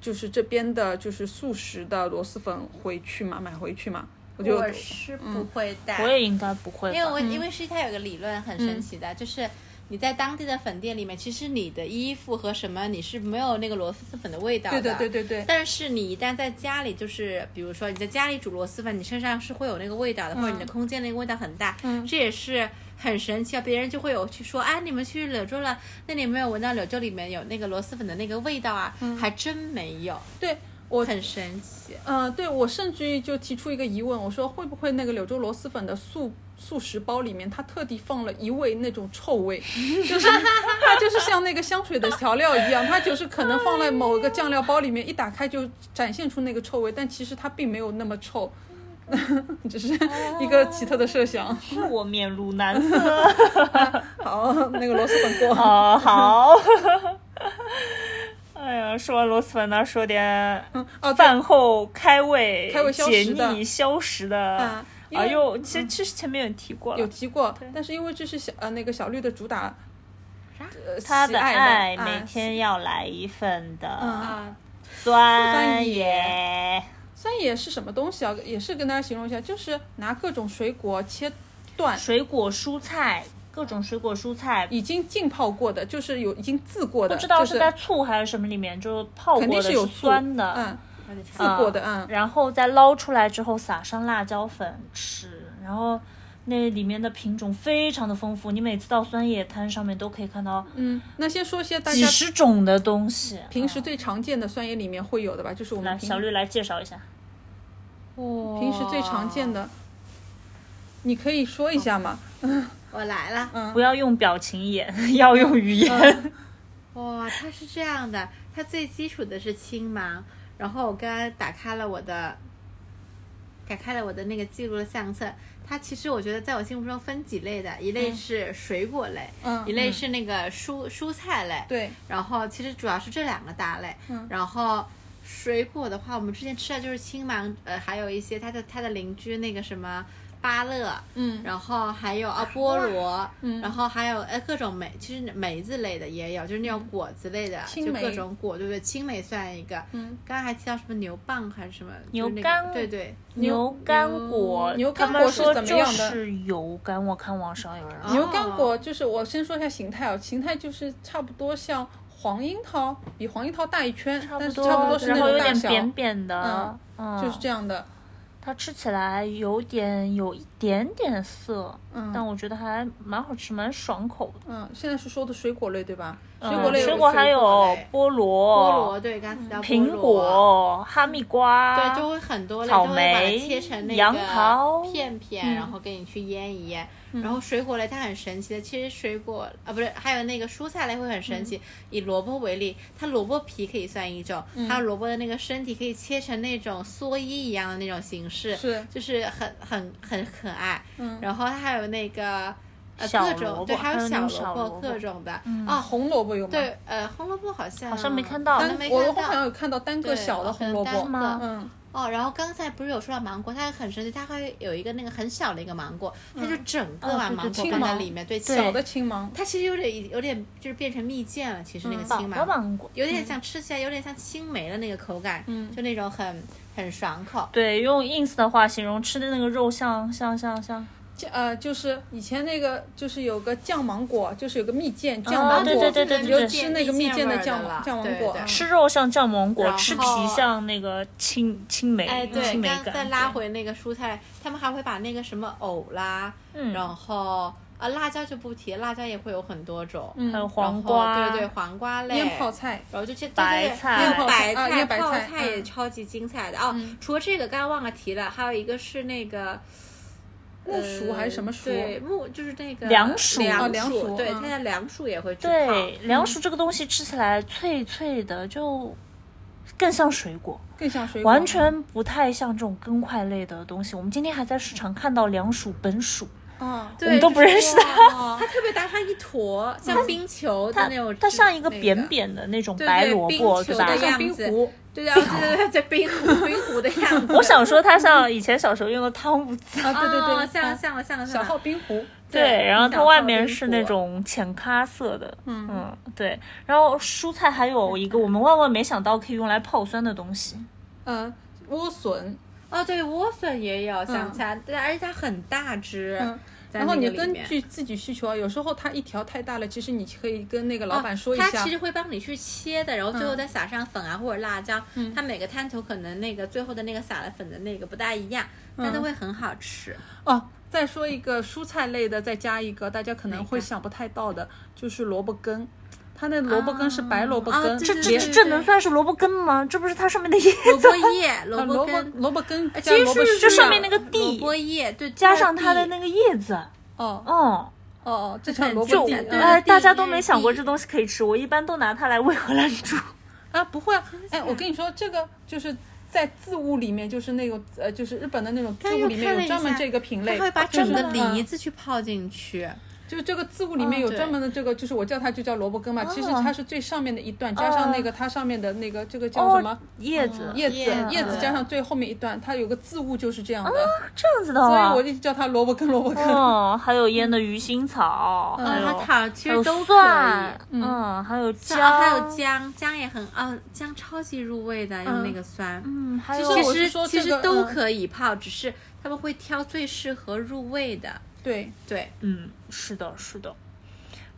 就是这边的就是速食的螺蛳粉回去吗？买回去吗？我就嗯我是不会带。我也应该不会吧？因为我因为是它有个理论很神奇嗯的，就是你在当地的粉店里面，其实你的衣服和什么你是没有那个螺蛳粉的味道的。对的对对对但是你一旦在家里，就是比如说你在家里煮螺蛳粉，你身上是会有那个味道的，或者嗯你的空间那个味道很大。嗯，这也是很神奇啊！别人就会有去说，啊，你们去柳州了，那你有没有闻到柳州里面有那个螺蛳粉的那个味道啊？嗯还真没有，对我很神奇。呃，对我甚至于就提出一个疑问，我说会不会那个柳州螺蛳粉的素素食包里面，它特地放了一味那种臭味，就是它就是像那个香水的调料一样，它就是可能放在某个酱料包里面，一打开就展现出那个臭味，但其实它并没有那么臭， 只是一个奇特的设想。我面露难色。哦 好，那个螺蛳粉过。 哦，好。 哎呀，说完螺蛳粉呢，说点哦，对饭后开胃、嗯开胃消解食的腻、消食的。啊哦因啊，为嗯又其实其实前面有提过有了，提过，但是因为这是小呃那个小绿的主打，呃他喜的爱爱的每啊天要来一份的嗯啊，酸野野。酸野是什么东西啊？也是跟大家形容一下，就是拿各种水果切断，水果、蔬菜，各种水果、蔬菜，已经浸泡过的，就是有已经自过的，不知道就是在醋还是什么里面，就泡肯过定的，有醋酸的，嗯，自啊过的，嗯，然后再捞出来之后撒上辣椒粉吃，然后那里面的品种非常的丰富，你每次到酸野摊上面都可以看到嗯。那先说些大几家十种的东西。平时啊最常见的酸野里面会有的吧，就是我们来平小绿来介绍一下，平时最常见的，你可以说一下吗？嗯我来了。哦不要用表情演， 要用语言。哇，它是这样的，它最基础的是青芒，然后我刚刚打开了我的，打开了我的那个记录的相册。它其实我觉得在我心目中分几类的，一类是水果类，嗯一类是那个蔬蔬菜类，哦对，然后其实主要是这两个大类，嗯然后。水果的话，我们之前吃的就是青芒，呃，还有一些它的它的邻居那个什么芭乐，嗯然后还有啊菠萝，嗯然后还有呃各种梅，其实梅子类的也有，就是那种果子类的，嗯青就梅各种果，对不对？青梅算一个。嗯，刚刚还提到什么牛蒡还是什么牛就是那个肝对对， 牛肝果，牛他肝们果是说怎么就样的是油肝，我看网上有人啊说牛肝果就是我先说一下形态哦，形态就是差不多像黄樱桃，比黄樱桃大一圈，差但不是差不多是那然后种有大点小，扁扁的嗯，嗯，就是这样的。它吃起来有点有一点点涩，嗯但我觉得还蛮好吃，蛮爽口的。嗯，现在是说的水果类对吧？水嗯果类有水果还有类菠菠萝萝，、对，刚刚提到嗯菠苹萝，果、哈密瓜，对，就会很多类，啊草就会把它莓切成那杨个桃嗯片片，然后给你去腌一腌。然后水果类它很神奇的，其实水果啊不是，还有那个蔬菜类会很神嗯奇。以萝卜为例，它萝卜皮可以算一种，嗯它萝卜的那个身体可以切成那种蓑衣一样的那种形式，是就是很很很可爱。嗯然后它还有那个呃小各萝种卜对，还还有有那小种小卜萝卜嗯各种的哦。红萝卜有吗？对，呃，红萝卜好像好好像没看到好像单没我看好像到有看到单个对哦小的红萝单卜个。吗嗯，哦，然后刚才不是有说到芒果，它很神奇，它会有一个那个很小的一个芒果，它就整个哦把对芒对果青放在芒里面，对，小小的青芒。它其实有点有点就是变成蜜饯了，其实那个宝青宝芒。芒果。有点像吃起来有点像青梅的那个口感，嗯就那种很很爽口，对，用 ins 的话形容吃的那个肉像像像嗯像，这呃，就是以前那个，就是有个酱芒果，就是有个蜜饯酱啊芒对果，对对对你对就对吃那个蜜饯味儿的的酱芒了酱芒对果对。嗯吃肉像酱芒果然，后吃皮像那个青青梅，哎，对，青梅刚感。再拉回那个蔬菜，他们还会把那个什么藕啦，嗯然后啊辣椒就不提，辣椒也会有很多种，嗯还有然黄后瓜，对对，黄瓜类，腌泡菜，然后就这白菜嗯还有白啊腌白菜泡菜也嗯超级精彩的哦。除了这个，刚刚忘了提了，还有一个是那个，木薯还是什么薯？对，木就是那个凉薯哦凉凉薯对，嗯它的凉薯也会煮泡对，凉薯这个东西吃起来脆脆的，就更像水果，更像水果，完全不太像这种根块类的东西。我们今天还在市场看到凉薯本薯，啊，对，我们都不认识它，它特别大，它一坨像冰球的它那种，它像一个个扁，扁的那种对白对萝冰卜，球对的吧？样像冰子壶，对对对 对对，冰壶冰壶的样子。我想说它像以前小时候用的汤姆 子，啊，对对对，哦像啊像像小像号冰壶，对，然后它小外号面冰是壶那种浅咖色的，嗯嗯，对，然后蔬菜还有一个我们万万没想到可以用来泡酸的东西，呃，莴笋，哦，对，莴笋也有，想起来，对，而且它很大只，嗯在然后那你个里根面据自己需求啊，有时候它一条太大了，其实你可以跟那个老板说一哦下嗯他其，实会帮你去切的，然后最后再撒上粉啊、或者辣椒。他每个摊头可能那个最后的那个撒了粉的那个不大一样，嗯但都会很好 吃。哦，再说一个蔬菜类的，再加一个大家可能会想不太到的，就是萝卜根。它那萝卜根是白萝卜啊根，对这对这连这对这能算是萝卜根吗？这不是它上面的叶萝卜叶、啊萝萝卜卜根、萝卜根加啊其实萝卜是须就上面啊那个萝地，卜叶，对，加上它的地那个叶子，哦哦哦，哦，这叫很萝就卜地对啊哎，大家都地没想过地这东西可以吃，我一般都拿它来喂荷兰猪。啊，不会啊，哎，我跟你说，这个就是在字物里面，就是那种呃，就是日本的那种字刚物又里看面了有一专门下这个品类，他会把就是整个嗯梨子去泡进去，就是这个字物里啊面有对专门的这个，就是我叫它就叫萝卜根嘛，其实它是最上面的一段，加上那个它上面的那个这个叫什么啊哦，叶子，叶子叶，子叶子加上最后面一段，它有个字物就是这样的，这样子的所以啊我。一直叫它萝卜根，萝卜 根。哦，还有腌的鱼腥草，还啊，有它糖其还实有都可蒜以。，嗯，还有姜，啊，还有，姜，姜也很啊，姜超级入味的，用那个酸。嗯，还有其其哎我是实说其这实个都嗯可以泡，只是他们会挑最适合入味的。对，对，嗯，是的，是的，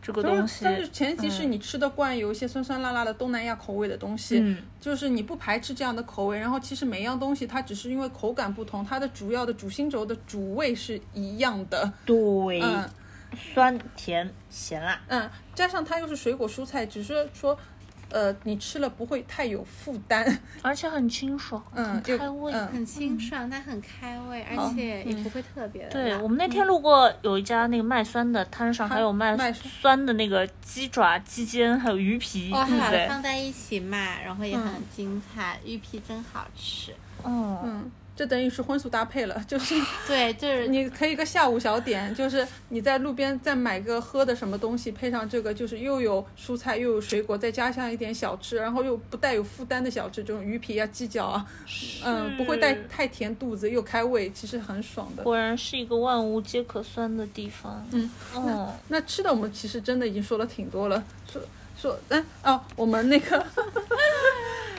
这个但东是西，但是前提是你吃得惯有一些酸酸辣辣的东南亚口味的东西，嗯就是你不排斥这样的口味，然后其实每样东西它只是因为口感不同，它的主要的主心轴的主味是一样的，对，嗯酸甜咸辣，嗯，加上它又是水果蔬菜，只是说，呃，你吃了不会太有负 担，而且很清爽，嗯很，又开胃。嗯很清爽，但很开胃，好而且也不会特别的嗯对辣。我们那天路过有一家那个卖酸的摊上，还有卖卖酸酸的那个鸡爪、鸡肩，还有鱼皮，哦，对不把它对？放在一起卖，然后也嗯很精彩，玉皮真好吃。嗯，嗯，这等于是荤素搭配了， 就是对，就是你可以一个下午小点， 就是你在路边再买个喝的什么东西，配上这个，就是又有蔬菜又有水果，再加上一点小吃，然后又不带有负担的小吃，这种鱼皮啊、鸡脚啊，嗯，不会带是太甜肚子，又开胃，其实很爽的。果然是一个万物皆可酸的地方。嗯，哦，那吃的我们其实真的已经说了挺多了，说说哎哦，我们那 个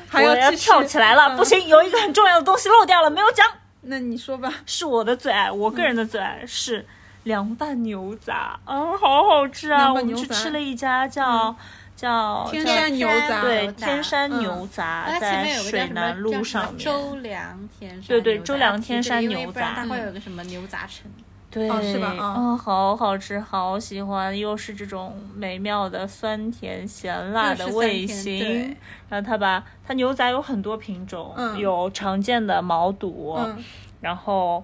还我要继续跳起来嗯了，不。行，有一个很重要的东西漏掉了，没有讲，那你说吧， 是我的最爱，我个人的最爱是凉拌牛杂，嗯，好好吃啊！凉我拌们牛杂嗯去吃了一家叫叫天叫山牛杂对牛杂天山嗯牛杂它前在面有个叫水什么南路叫什么上面，周良天山，对对牛杂周良天山其实因为牛杂不然它会有个什么牛杂城。对，哦是吧嗯嗯，好好吃，好喜欢，又是这种美妙的酸甜咸辣嗯的又是酸味甜型对。然后它把它牛杂有很多品种，嗯有常见的毛肚，嗯然后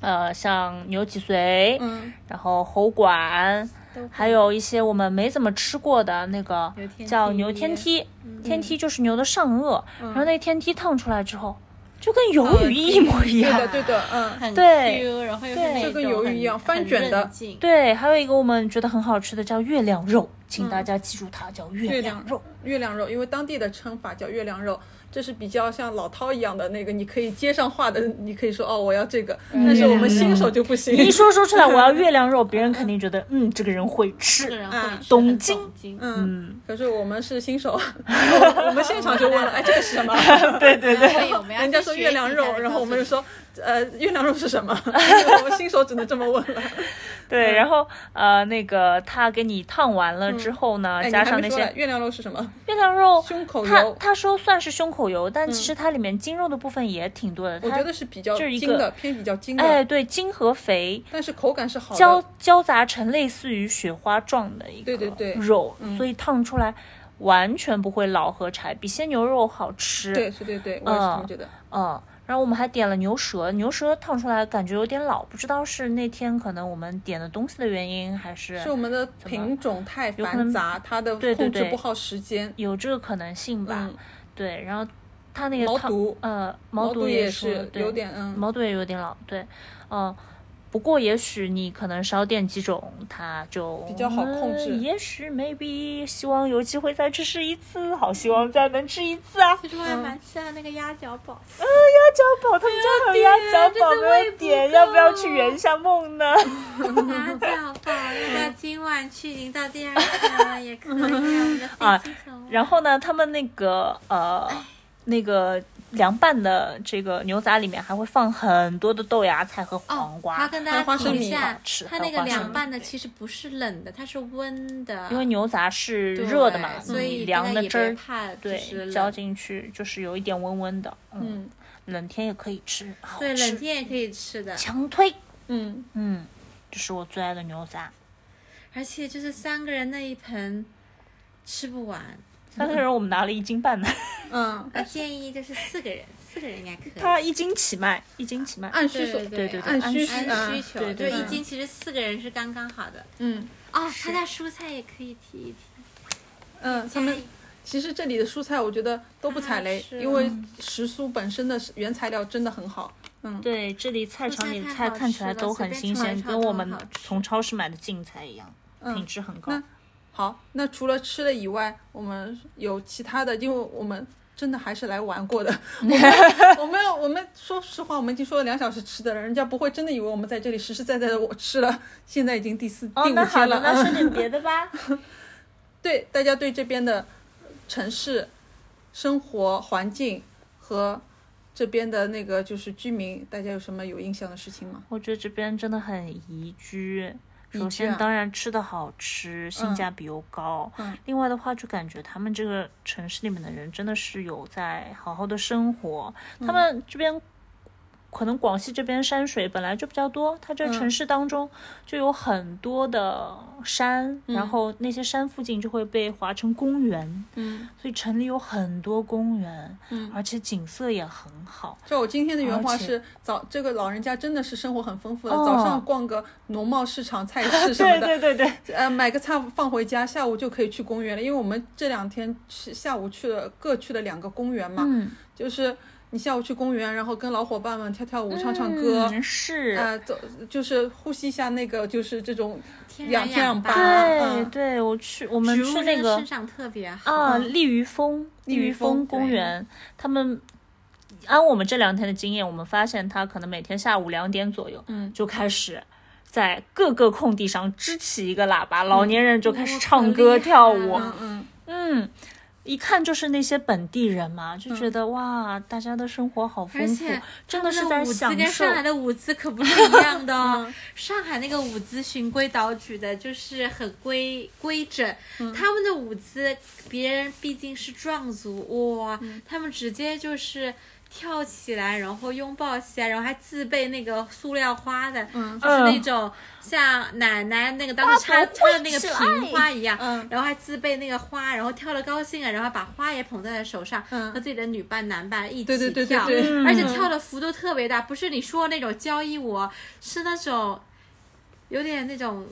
呃像牛脊髓，嗯，然后喉管，都还有一些我们没怎么吃过的那个牛天梯叫牛天梯，嗯天梯就是牛的上颚，然后那天梯烫出来之后，就跟鱿鱼一模嗯对一样。的对的，嗯，很对 Q，然后又是对那就种跟鱿鱼一样翻卷的很韧劲对，还有一个我们觉得很好吃的叫月亮肉，请大家记住它叫月亮月亮肉。月亮肉，因为当地的称法叫月亮肉，这是比较像老饕一样的那个，你可以街上画的，你可以说哦我要这个，嗯但是我们新手就不行。嗯 你一说说出来我要月亮 肉，别人肯定觉得嗯这个人会这个吃。人会嗯吃懂很经懂经。嗯，可是我们是新 手，我们现场就问了，哎这个是什么？对对对，对，我们 要人家去说学月亮习肉它，的然后我们标就准说呃月亮肉是什么？ 我们新手只能这么问了。对，嗯然后呃，那个他给你烫完了之后呢，哎，你加还上没那说些嘞月亮肉是什么？月亮肉，胸口他油，嗯他说算是胸口油，但其实它里面筋肉的部分也挺多的。我它觉得是比较就是一筋个的，偏比较筋哎，的，对，筋和肥但是口感是好交的。交杂成类似于雪花状的一个对对嗯对肉，所以烫出来完全不会老和柴，比鲜牛肉好吃。对，是对对，我也是这么觉得。嗯，然后我们还点了牛舌，牛舌烫出来感觉有点老，不知道是那天可能我们点的东西的原因，还是是我们的品种太繁杂，它的对对控制对不好时间。有这个可能性吧。嗯对，然后它那个毛烫肚呃毛毛肚也出了是对有点嗯，毛肚也有点老，对，呃，不过也许你可能少点几种，它就比较好控制嗯也许 maybe 希望有机会再去吃一次，好希望再能吃一次啊！其实嗯我也蛮期待那个鸭脚堡，鸭脚堡，他们家还有鸭脚堡这次没胃有不点，够要不要去圆一下梦呢？鸭脚堡要到今晚去，已经到第二天了，也可以啊。我们的 啊飞机从然后呢，他们那个呃，那个凉拌的这个牛杂里面还会放很多的豆芽菜和哦黄，瓜，我要跟大黄瓜家是提米一下好啊吃，它还有那花个生凉米拌的对其实不是冷的，它是温的，因为牛杂是对热的嘛，所以嗯凉大家的也汁别儿，怕就对是，浇冷进去就是有一点温温的，嗯，嗯冷天也可以吃，好对冷吃，天也可以吃的，强推，嗯，嗯，这是我最爱的牛杂，而且就是三个人那一盆吃不完。三个人我们拿了一斤 半呢，嗯，我建议就是四个 人，四个人应该可以。它一斤起卖，一斤起卖，按需对所对对对对按需按啊按需求，对对就对一斤其实四个人是刚刚好的。嗯哦，他家蔬菜也可以提一提，嗯，他哎们其实这里的蔬菜我觉得都不踩雷啊，是因为时蔬本身的原材料真的很好。对，这里菜场里的蔬菜太菜好看起来吃了都随很便新炒一鲜，炒跟都我很们好吃从超市买的净菜一样，品质很高那。好，那除了吃了以外，我们有其他的，因为我们真的还是来玩过的。我 们我们我们说实话，我们已经说了两小时吃的了，人家不会真的以为我们在这里实实在在的我吃了，现在已经第四、哦第，五那好天的，了。那嗯说点别的吧。对大家对这边的城市、生活环境和这边的那个就是居民，大家有什么有印象的事情吗？我觉得这边真的很宜居。首居先啊，当然吃的好吃，性价比又高。嗯另外的话，就感觉他们这个城市里面的人真的是有在好好的生活。嗯他们这边可能广西这边山水本来就比较多，它这嗯城市当中就有很多的山，然后那些山附近就会被划成公园，嗯，所以城里有很多公园，嗯而且景色也很好。就我今天的原话而且是：早这个老人家真的是生活很丰富的，哦早上逛个农贸市场、菜 市什么对的，对对对， 呃，买个菜放回家，下午就可以去公园了。因为我们这两天去下午去了各去了两个公园嘛，嗯，就是你下午去公园，然后跟老伙伴们跳跳舞、唱唱歌。嗯是。呃啊，走就是呼吸一下那个，就是这种天养天氧氧吧对啊嗯对，我去，我我们去那个生长特别好。啊，利鱼峰，利利鱼鱼峰峰公对园，他们按我们这两天的经验，我们发现他可能每天下午两点左右，嗯就开始。在各个空地上支起一个喇叭，老年人就开始哇唱可歌厉跳害舞了，嗯嗯，嗯，一看就是那些本地人嘛，就觉得、哇，大家的生活好嗯丰而富且，真的是他在们的舞享姿跟受嗯上。海的舞姿可不是一样的哦。 上海那个舞姿循规蹈矩的，就是很规规整。嗯他们的舞姿，别人毕竟是壮族，哇，嗯他们直接就是。跳起来，然后拥抱起来，然后还自备那个塑料花的，嗯就是嗯那种像奶奶那个当时插插不的会那个起瓶来花一样，嗯然后还自备那个花，然后跳的高兴啊，然后把花也捧在了手上，嗯和自己的女伴、男伴一起对跳，对对对对嗯嗯而且跳的幅度特别大，不是你说那种交谊舞，是那种有点那种，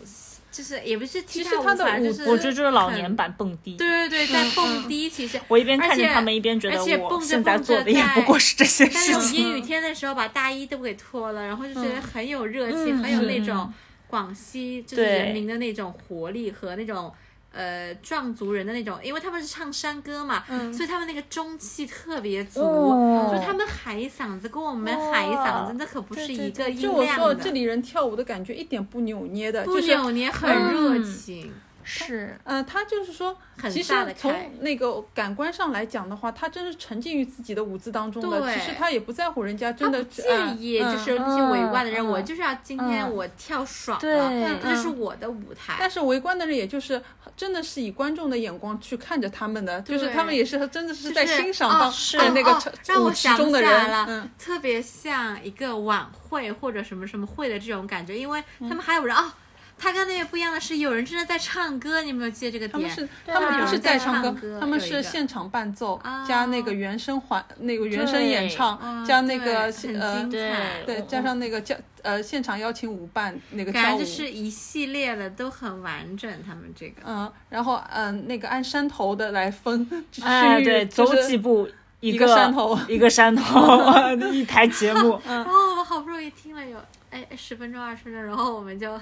就是也不是踢其实踏舞，他的反正舞嗯就是我觉得这是老年很。版蹦迪。对对对，在蹦迪，其实我一边看着而且他们，一边觉得而且我蹦着现在蹦着做的也不在过是这些但是事我情。阴雨天的时候把大衣都给脱了，然后就嗯觉得很有热气，很有是那种广西就是对人民的那种活力和那种。呃，壮族人的那种，因为他们是唱山歌嘛，嗯所以他们那个中气特别足，哦就他们喊一嗓子跟我们哦喊一嗓子，那可不是一个音就我量说的，这里人跳舞的感觉一点不扭捏的，不就是嗯扭捏，很热情，是，呃，他就是说，很其实大的从开那个感官上来讲的话，他真是沉浸于自己的舞姿当中的。对其实他也不在乎人家真的他不介意，呃嗯就是嗯嗯那些围观的人，嗯嗯我就是要今天我跳爽对了，这就是我的舞台。但是围观的人也就是真的是以观众的眼光去看着他们的，就是对他们也是真的是就在是欣赏哦到是呃那个哦成让舞我池想中的起人来了，嗯，特嗯别像一个晚会或者什么什么会的这种感觉，因为他们还有人、哦，他跟那个不一样的是，有人真的在唱歌，你有没有记得这个他点？啊们是他们不是在唱歌，他们有是一个现场伴奏啊加那个原声环那个原声对演唱啊加那个对呃很精彩，对加上那个叫呃现场邀请舞伴那个感跳觉舞就。是一系列的都很完整，他们这个。嗯，然后嗯，那个按山头的来分区域，哎，对，就走是几步一一个山头 嗯一个山 头，一台节目。然后哦我们好不容易听了有哎十分钟二十分钟，然后我们就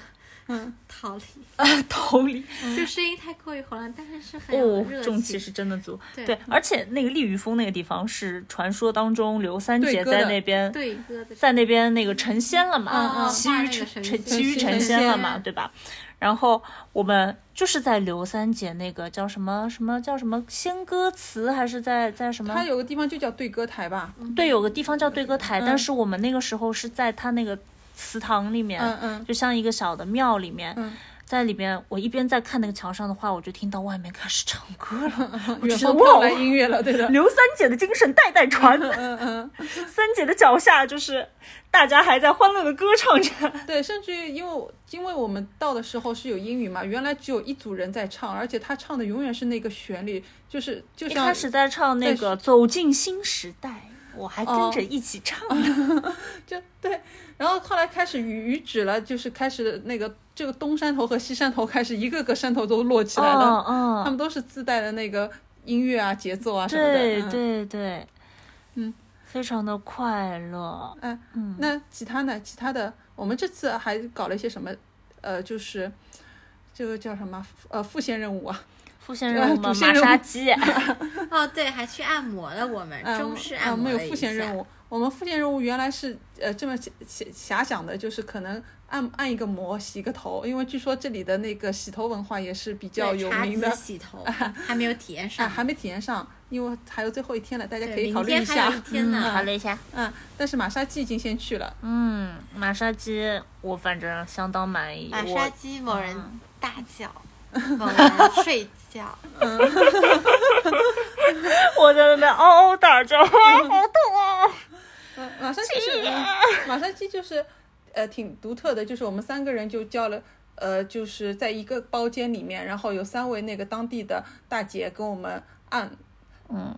嗯逃离，头里就声音太过于洪亮，但是是很有哦哎热，重情气。是真的足。对对，而且那个利于峰那个地方是传说当中刘三姐对歌在的那边对歌的在那边那个成仙了嗯嘛，嗯其画余那个成神成仙其余成成仙了嘛，仙对吧？然后我们就是在刘三姐那个叫什么什么叫什么仙歌词，还是在在什么？它有个地方就叫对歌台吧，嗯对，有个地方叫对歌台，嗯但是我们那个时候是在他那个祠堂里面，嗯嗯就像一个小的庙里面，嗯在里面我一边在看那个墙上的画，我就听到外面开始唱歌了，我嗯就远觉得方飘哇来，音乐了，对的，刘三姐的精神代代传，嗯嗯，三姐的脚下就是大家还在欢乐的歌唱着，对，甚至于因为我因为我们到的时候是有英语嘛，原来只有一组人在唱，而且他唱的永远是那个旋律，就是就一像开始在唱那个《走进新时代》。我还跟着一起唱呢，就对，然后后来开始雨雨止了，就是开始那个这个东山头和西山头开始一个个山头都落起来哦了，嗯他嗯，们都是自带的那个音乐啊、节奏啊什么的。对嗯对对，嗯，非常的快乐，哎嗯，那其他呢？其他的，我们这次还搞了一些什么？呃，就是这个叫什么？呃，复线任务啊。复线任务吗？主线马任务 杀鸡，哦，对，还去按摩了，我们嗯中式啊，按我摩们有了一复线下任。务。我们复线任务原来是呃这么遐遐遐想的，就是可能按按一个摩洗个头，因为据说这里的那个洗头文化也是比较对，有茶名几的。洗头还没有体验啊，上，还没体验上，因为还有最后一天了，大家可对，以考明虑一天还有下一。天呢。考虑一下。嗯，但是玛莎鸡已经先去了，嗯，马杀鸡我反正相当满意。马杀我鸡某人嗯大 叫，某人睡觉，我 在那边嗷嗷大叫，啊好痛啊！嗯，玛莎鸡是，嗯玛莎鸡就是，呃，挺独特的，就是我们三个人就叫了，呃，就是在一个包间里面，然后有三位那个当地的大姐跟我们按，嗯，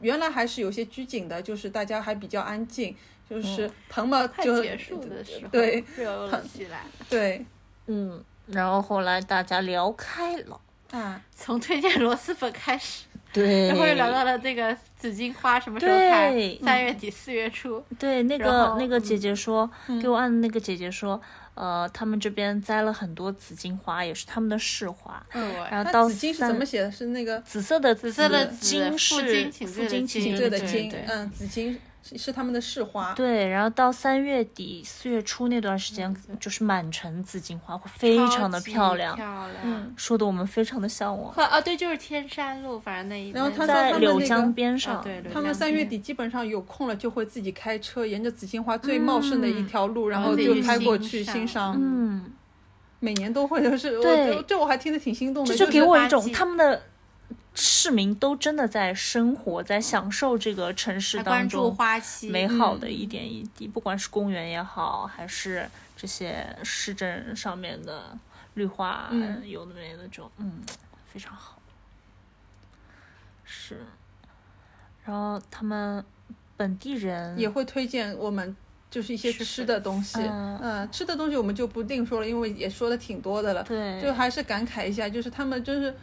原来还是有些拘谨的，就是大家还比较安静，就是疼嘛快就结束的时候，对，热了起来。对，嗯，然后后来大家聊开了，啊， 从推荐螺蛳粉开 始，对然后又聊到了那个紫荆花什么时候对开嗯，三月底四月初。对那然个后那个姐姐说，给我按的那个姐姐说，呃，他们这边栽了很多紫荆花，也是他们的市花。嗯对。然后那到紫荆是三怎么写的？是那个紫色的紫色的紫荆负是荆请负罪的荆荆请对的的荆，对嗯，紫荆是是他们的市花，对，然后到三月底四月初那段时间，就是满城紫荆花会非常的漂亮，漂嗯亮。说的我们非常的 向往。和啊，对，就是天山路，反正那一然后那他说一在他们柳那个江边上，啊对柳他们江三月边底基本上有空了，就会自己开车沿着紫荆花最茂盛的一条路，然后自己就去开过欣去赏欣赏。嗯，每年都会，就是我对这这我还听得挺心动的，这就就是给我一花种季他们的市民都真的在生活，在享受这个城市还当关注中花期，美好的一点一滴，不管是公园也好，还是这些市政上面的绿化，嗯有的没的这种，嗯，非常好。是，然后他们本地人也会推荐我们。就是一些吃吃的东西，嗯嗯，吃的东西我们就不另说了，因为也说的挺多的了。对，就还是感慨一下，就是他们就是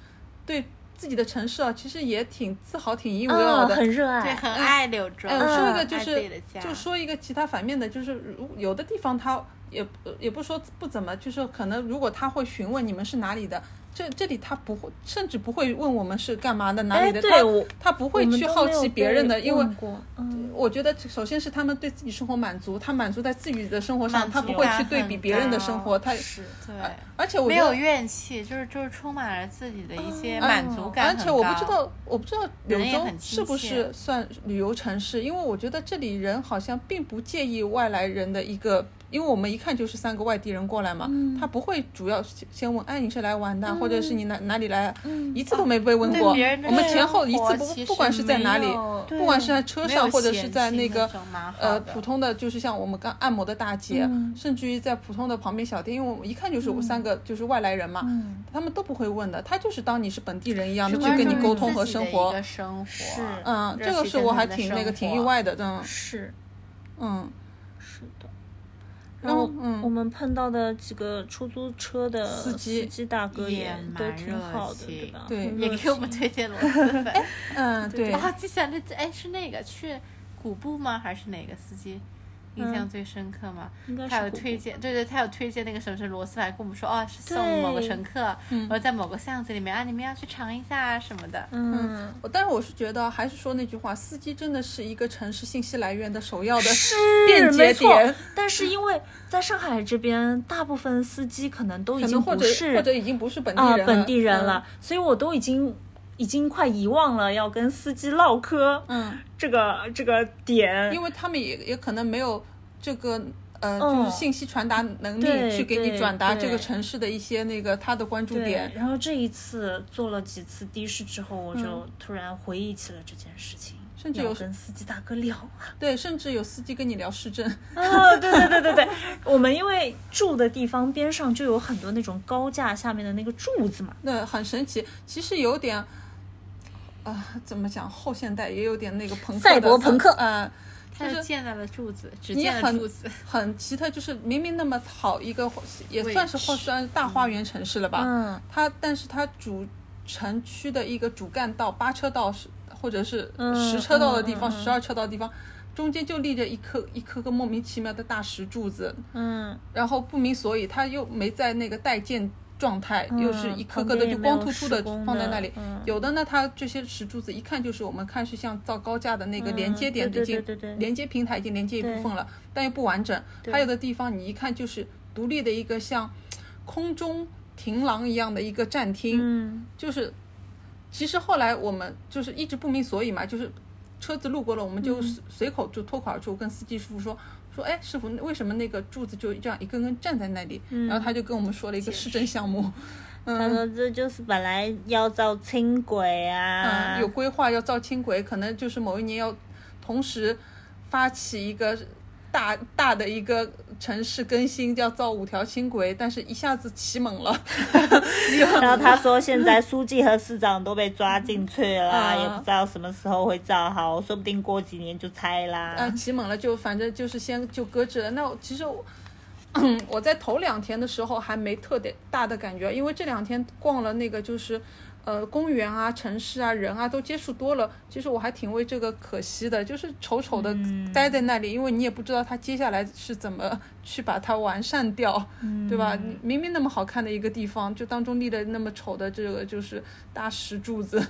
对自己的城市啊，其实也挺自豪、挺引以为傲嗯，的。很热对，爱，很爱柳州。哎，我说一个很就嗯爱是自己的家就说一个其他反面的，就是如有的地方他也呃也不说不怎么，就是可能如果他会询问你们是哪里的，这这里他不会，甚至不会问我们是干嘛的，哪里哎，的，对他我他不会我们去都好没有奇别被人的，因为问过嗯，我觉得首先是他们对自己生活满足，他满足在自己的生活上，满他足不会感去对比很别人的高生活，他呃是对。而且我没觉得嗯有怨气，就是就是充满了自己的一些满足感、而且我不知，道，我不知道柳人也州很亲是不切是算旅游城市，因为我觉得这里人好像并不介意外来人的一个因为我们一看就是三个外地人过来嘛，嗯他不会主要先先问，哎，你是来玩的，或者是你哪哪里来，嗯一次都没被问过。哦对别人的我们前后一次生不活其实不管是在哪里没有，不管是在车没有上或者是嫌在弃那那个种蛮好呃的嗯普通的，就是像我们刚按摩的大街，甚至于在普通的旁边小店，因为我们一看就是我三个就是外来人嘛，嗯嗯他们都不会问的，他就是当你是本地人一样的去跟你嗯沟通和生活。生活是嗯，这个是我还挺那个挺意。外的，嗯是嗯，是的。然然后后嗯我们碰到的几个出租车的司机司机大哥也都蛮挺热好的，情对吧？对很也热给我们情 推荐螺蛳粉。嗯，对，啊，记起来了，哎，是那个去古布吗？还是哪个司机？嗯印象最深刻吗？应 该是他有古推布荐，对对，他有推荐那个什么是螺蛳粉，还跟我们说哦，是送某个对乘客，嗯然后在某个巷子里面啊，你们要去尝一下啊什么的。嗯，我但是我是觉得，还是说那句话，司机真的是一个城市信息来源的首要的便是捷没错点，。但是因为在上海这边，大部分司机可能都已 可经能或不者是或者已经不是本地啊人了，嗯本地人了，所以我都已经已经快遗忘了要跟司机唠嗑嗯。这个这个点嗯，因。为他们也也可能没有这个。呃，嗯就是信息传达能力对去给你对转达对这个城市的一些那个他的关注对点，，然后这一次坐了几次的士之后，我就突然回忆起了这件事情，甚至嗯要有跟司机大哥聊 啊。对，甚至有司机跟你聊市政，哦，对对对对对，我们因为住的地方边上就有很多那种高架下面的那个柱子嘛，那很神奇。其实有点，啊、怎么讲，后现代也有点那个朋克的赛博朋克呃，他就就是见到了柱子，只你也见了很 柱子，很奇特，就是明明那么好一个，也位算是后算大花园城市了吧？嗯，它但是它主城区的一个主干道八车道是或者是嗯十车道的地方，嗯嗯十二、车道的地方，中间就立着一颗一颗个莫名其妙的大石柱子，嗯，然后不明所以，它又没在那个待建状态，又是一颗颗的嗯旁边也就没有光秃秃的施工的放在那里。嗯有的呢，它这些石柱子一看就是我们看是像造高架的那个嗯连接点对已对经、对对对连接平台已经连接一部分了，但又不完整。还有的地方你一看就是独立的一个像空中停廊一样的一个站厅，嗯，就是其实后来我们就是一直不明所以嘛，就是车子路过了，我们就随随口就脱口而出跟司机师傅说。说哎，师傅，为什么那个柱子就这样一根根站在那里？然后他就跟我们说了一个市政项目，嗯他说这就是本来要造轻轨啊，嗯， 有规划要造轻轨，可能就是某一年要同时发起一个大大的一个城市更新，要造五条轻轨，但是一下子起猛了， 然后他说现在书记和市长都被抓进去啊了，也不知道什么时候会造好，说不定过几年就拆啦。啊，起猛了就反正就是先就搁置了。那我其实我 我在头两天的时候还没特别大的感觉，因为这两天逛了那个就是。呃，公园啊、城市啊、人啊，都接触多了。其实我还挺为这个可惜的，就是丑丑的嗯待在那里，因为你也不知道它接下来是怎么去把它完善掉，嗯对吧？你明明那么好看的一个地方，就当中立的那么丑的这个就是大石柱子，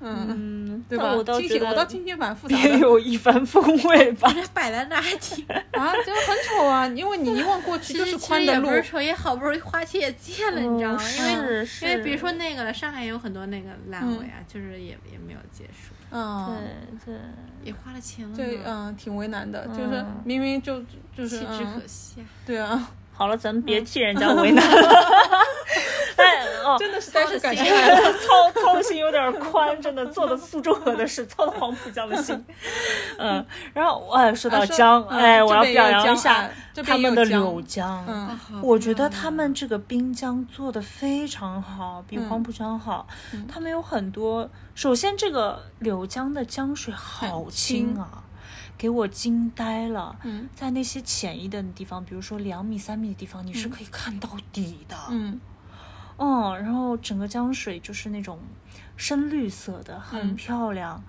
嗯，嗯，对但吧？我倒听觉起我倒得听起来蛮复杂的别。有一番风味 吧。摆在那儿还 挺。啊，就很丑啊，因为你一望过去其就实是其宽实的也路哦不，是丑，也好不容易花钱也见了，你知道吗？因为哦是因为比如说那个了，上海也有很多那个烂尾啊，就是也也没有结束，对嗯，对，也花了钱了嘛，对，嗯，挺为难的，就是嗯明明就就是弃之嗯可，惜啊。对啊，好了，咱们别替人家为难了。 但哦，嗯真的实在是感谢操大 家，操操心有点宽，真的做的苏州河的事，操的黄浦江的 心。嗯，然后哎，说到说江，嗯哎，这我要边也有表扬江一下啊这边他也们有的江柳江。哦嗯，我觉得他们这个滨江做的非常好，嗯比黄浦江好。他们有很多，首先这个柳江的江水好清啊，给我惊呆了。嗯在那些浅一点的地方，比如说两米、三米的地方，你是可以看到底的。嗯嗯，然后整个江水就是那种深绿色的，很嗯漂亮。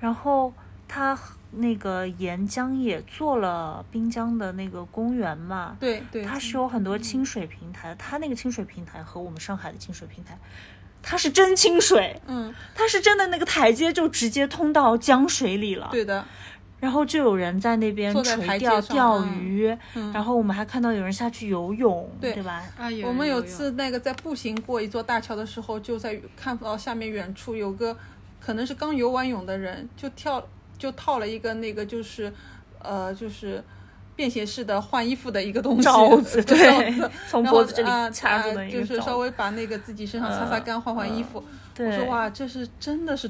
然后它那个沿江也做了滨江的那个公园嘛，对对，它是有很多清水平台的，它那个清水平台和我们上海的清水平台，它是真清水，嗯，它是真的那个台阶就直接通到江水里了。对的，然后就有人在那边坐在垂台阶钓、上钓嗯鱼，然后我们还看到有人下去游泳，对 对吧？啊，有我们有有次那个在步行过一座大桥的时候，就在看到下面远处有个可能是刚游完泳的人，就跳就套了一个那个就是呃就是便携式的换衣服的一个东西，罩 子 对，对罩子从然后脖子这里啊插入啊的一个就是罩稍微把那个自己身上擦擦干，换换衣服。嗯对我说哇，这是真的是，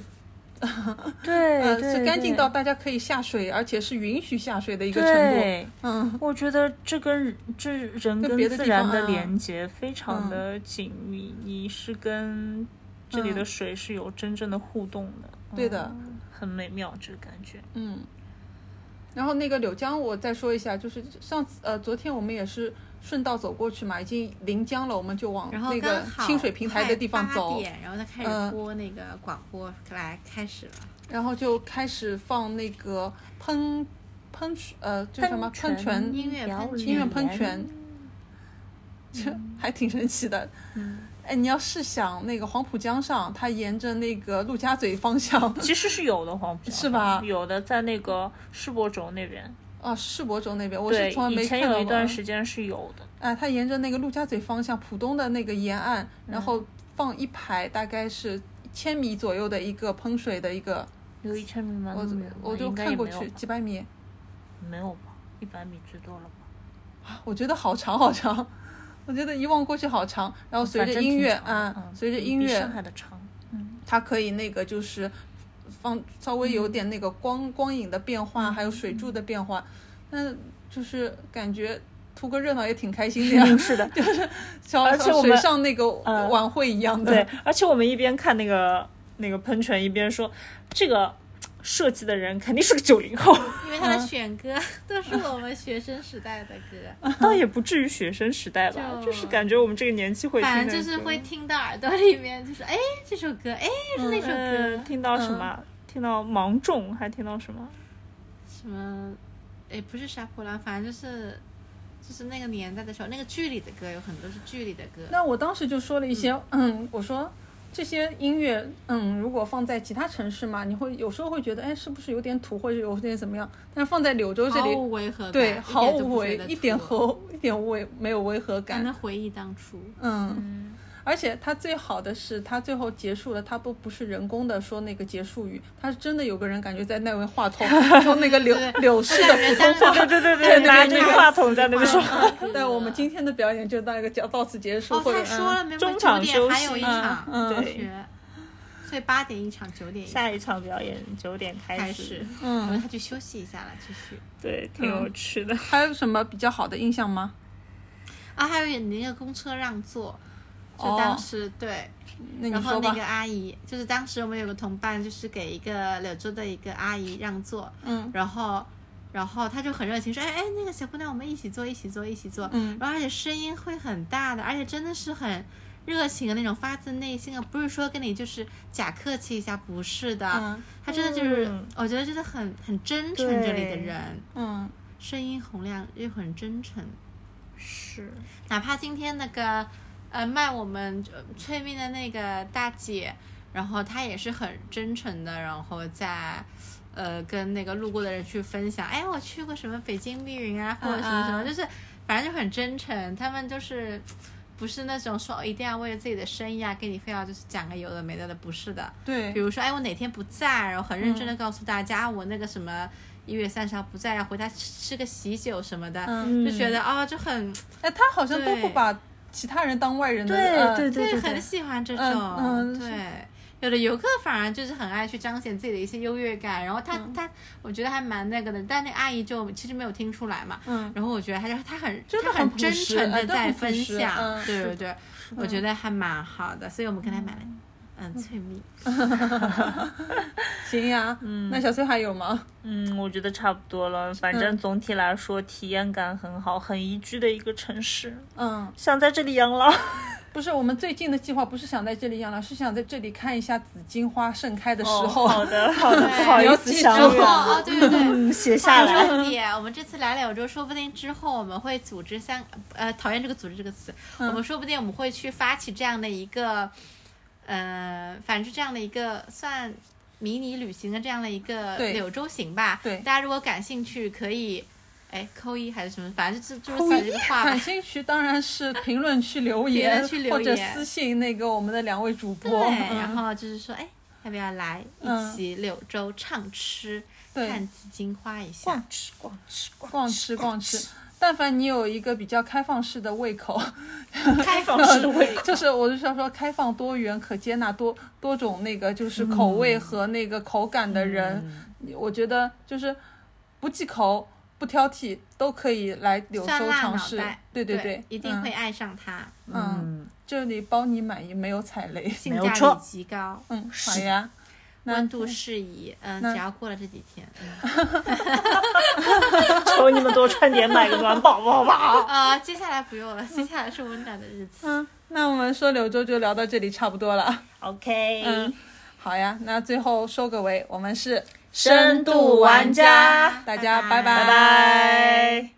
对呃，对，是干净对到大家可以下水，而且是允许下水的一个程度。对。嗯，我觉得这跟这人跟跟别的自地然方的啊嗯连接非常的紧密，你是跟这里的嗯水是有真正的互动的。对嗯的，很美妙这个感觉。嗯，然后那个柳江，我再说一下，就是上次呃，昨天我们也是顺道走过去嘛，已经临江了，我们就往然后那个刚好清水平台的地方快八走，点然后他开嗯始播那个广播，来开始了。然后就开始放那个喷喷水呃，就什么喷泉音乐摇喷泉音乐喷帘泉，这 还挺神奇的。嗯哎，你要是想那个黄浦江上，它沿着那个陆家嘴方向， 其实是有的黄浦江是吧有的在那个世博轴那边，啊，世博轴那边，我对是从来，没以前看到有一过段时间是有的。啊，它沿着那个陆家嘴方向，浦东的那个沿岸，嗯然后放一排大概是千米左右的一个喷水的一个，有一千米吗？我嗯那没有吧我就应该看也过没有去吧几百米，没有吧，一百米最多了吧？我觉得好长好长，我觉得一望过去好长，然后随嗯反着正音挺乐长的啊，嗯随着比音比乐上，海的长。它可以那个就是放稍微有点那个嗯光、光影的变化，还有水柱的变化，那就是感觉图个热闹也挺开心的呀， 是的，像而且像我水们上那个嗯呃晚会一样的，对，而且我们一边看那个那个喷泉，一边说这个设计的人肯定是个九零后，因为他的选歌 都是我们学生时代的歌，倒也不至于学生时代吧，就就是感觉我们这个年纪会听反的正就是歌会听到耳朵里面，就是哎这首歌，哎是那首嗯歌，听到什么，听到芒种，还听到什么，什么，哎不是杀破狼，反正就是就是那个年代的时候，那个剧里的歌有很多是剧里的歌。那我当时就说了一些，嗯我说这些音乐，嗯，如果放在其他城市嘛，你会有时候会觉得，哎，是不是有点土，或者有点怎么样？但是放在柳州这毫里，无违和感，对，毫无违，一一点点都不觉得土和一点违，没有违和还感能。回忆当初。嗯，而且它最好的是，它最后结束了，它不不是人工的说那个结束语，它是真的有个人感觉在那位话筒用那个柳柳我式感的觉普当通话。对对对 对那拿个着那个话筒在那边说，对，我们今天的表演就到一个到到此结束，哦，或者他说了，没中有场九休点息还有一场嗯嗯中学，所以八点一场，九点一场下一场表演九点开开始始，，嗯然后他去休息一下了，继续。对，挺有趣的。还有什么比较好的印象吗？啊，还有你那个公车让座，就哦当时、对，那你然说后吧。那个阿姨，就是当时我们有个同伴，就是给一个柳州的一个阿姨让座，嗯然后。然后她就很热情说：“哎哎，那个小姑娘，我们一起坐，一起坐，一起坐。”嗯然后而且声音会很大的，而且真的是很热情的那种，发自内心的，不是说跟你就是假客气一下，不是的，嗯她真的就是，嗯我觉得真的很很真诚，这里的对人嗯声音洪亮又很真诚，是，哪怕今天那个呃卖我们呃催命的那个大姐，然后她也是很真诚的，然后在呃跟那个路过的人去分享，哎，我去过什么北京密云啊，或者什么什么，嗯嗯就是反正就很真诚，他们就是。不是那种说一定要为了自己的生意啊，给你非要就是讲个有的没的的，不是的。，比对，嗯如说，哎，我哪天不在，然后很认真的告诉大家，啊我那个什么一月三十号不在，要回家吃吃个喜酒什么的，嗯就觉得啊、就很哎，他好像都不把其他人当外人的，呃对对对，对很喜欢这种，嗯嗯对。有的游客反而就是很爱去彰显自己的一些优越感，然后嗯他、他，我觉得还蛮那个的，但那个阿姨就其实没有听出来嘛。嗯然后我觉得她就她很真的她很很朴真实诚哎的都在很朴分实享，嗯对对对，我觉得还蛮好的，所以我们跟她买了嗯 翠蜜，行呀，嗯，那小崔还有吗？嗯，我觉得差不多了。反正总体来说，体验感很好，很宜居的一个城市。嗯，想在这里养老，不是，我们最近的计划不是想在这里养老，是想在这里看一下紫荆花盛开的时 候。哦好的， 好的，不好你意要思，记想住哦远了哦对对对，嗯，写下来。重点，我们这次来柳州，说不定之后我们会组织三呃，讨厌这个“组织”这个词，嗯我们说不定我们会去发起这样的一个，呃，反正是这样的一个算迷你旅行的这样的一个对柳州行吧。对大家如果感兴趣，可以哎扣一还是什么，反正就是就是扣写这个话感吧。兴趣当然是评论区留评言，论区 留言或者私信那个我们的两位主播。对，嗯然后就是说，哎，要不要来嗯一起柳州畅吃、对看紫荆花一下？逛吃逛吃逛逛吃逛吃。但凡你有一个比较开放式的胃 口，开放式的胃 口，就是我就是要说开放多元、可接纳多多种那个就是口味和那个口感的人，嗯我觉得就是不忌口、不挑剔都可以来柳酸州辣尝脑试袋，，对对对，一定会嗯爱上它，嗯，这里包你满意，没有踩雷。性有价错比极高，嗯，好呀，那温度适宜，嗯，那只要过了这几 天，嗯求你们多穿点，买个暖宝宝吧。啊，接下来不用了，接下来是温暖的日子。嗯，那我们说柳州就聊到这里差不多了。 OK，、嗯，好呀，那最后收个尾，我们是深度玩家大家拜拜拜拜拜。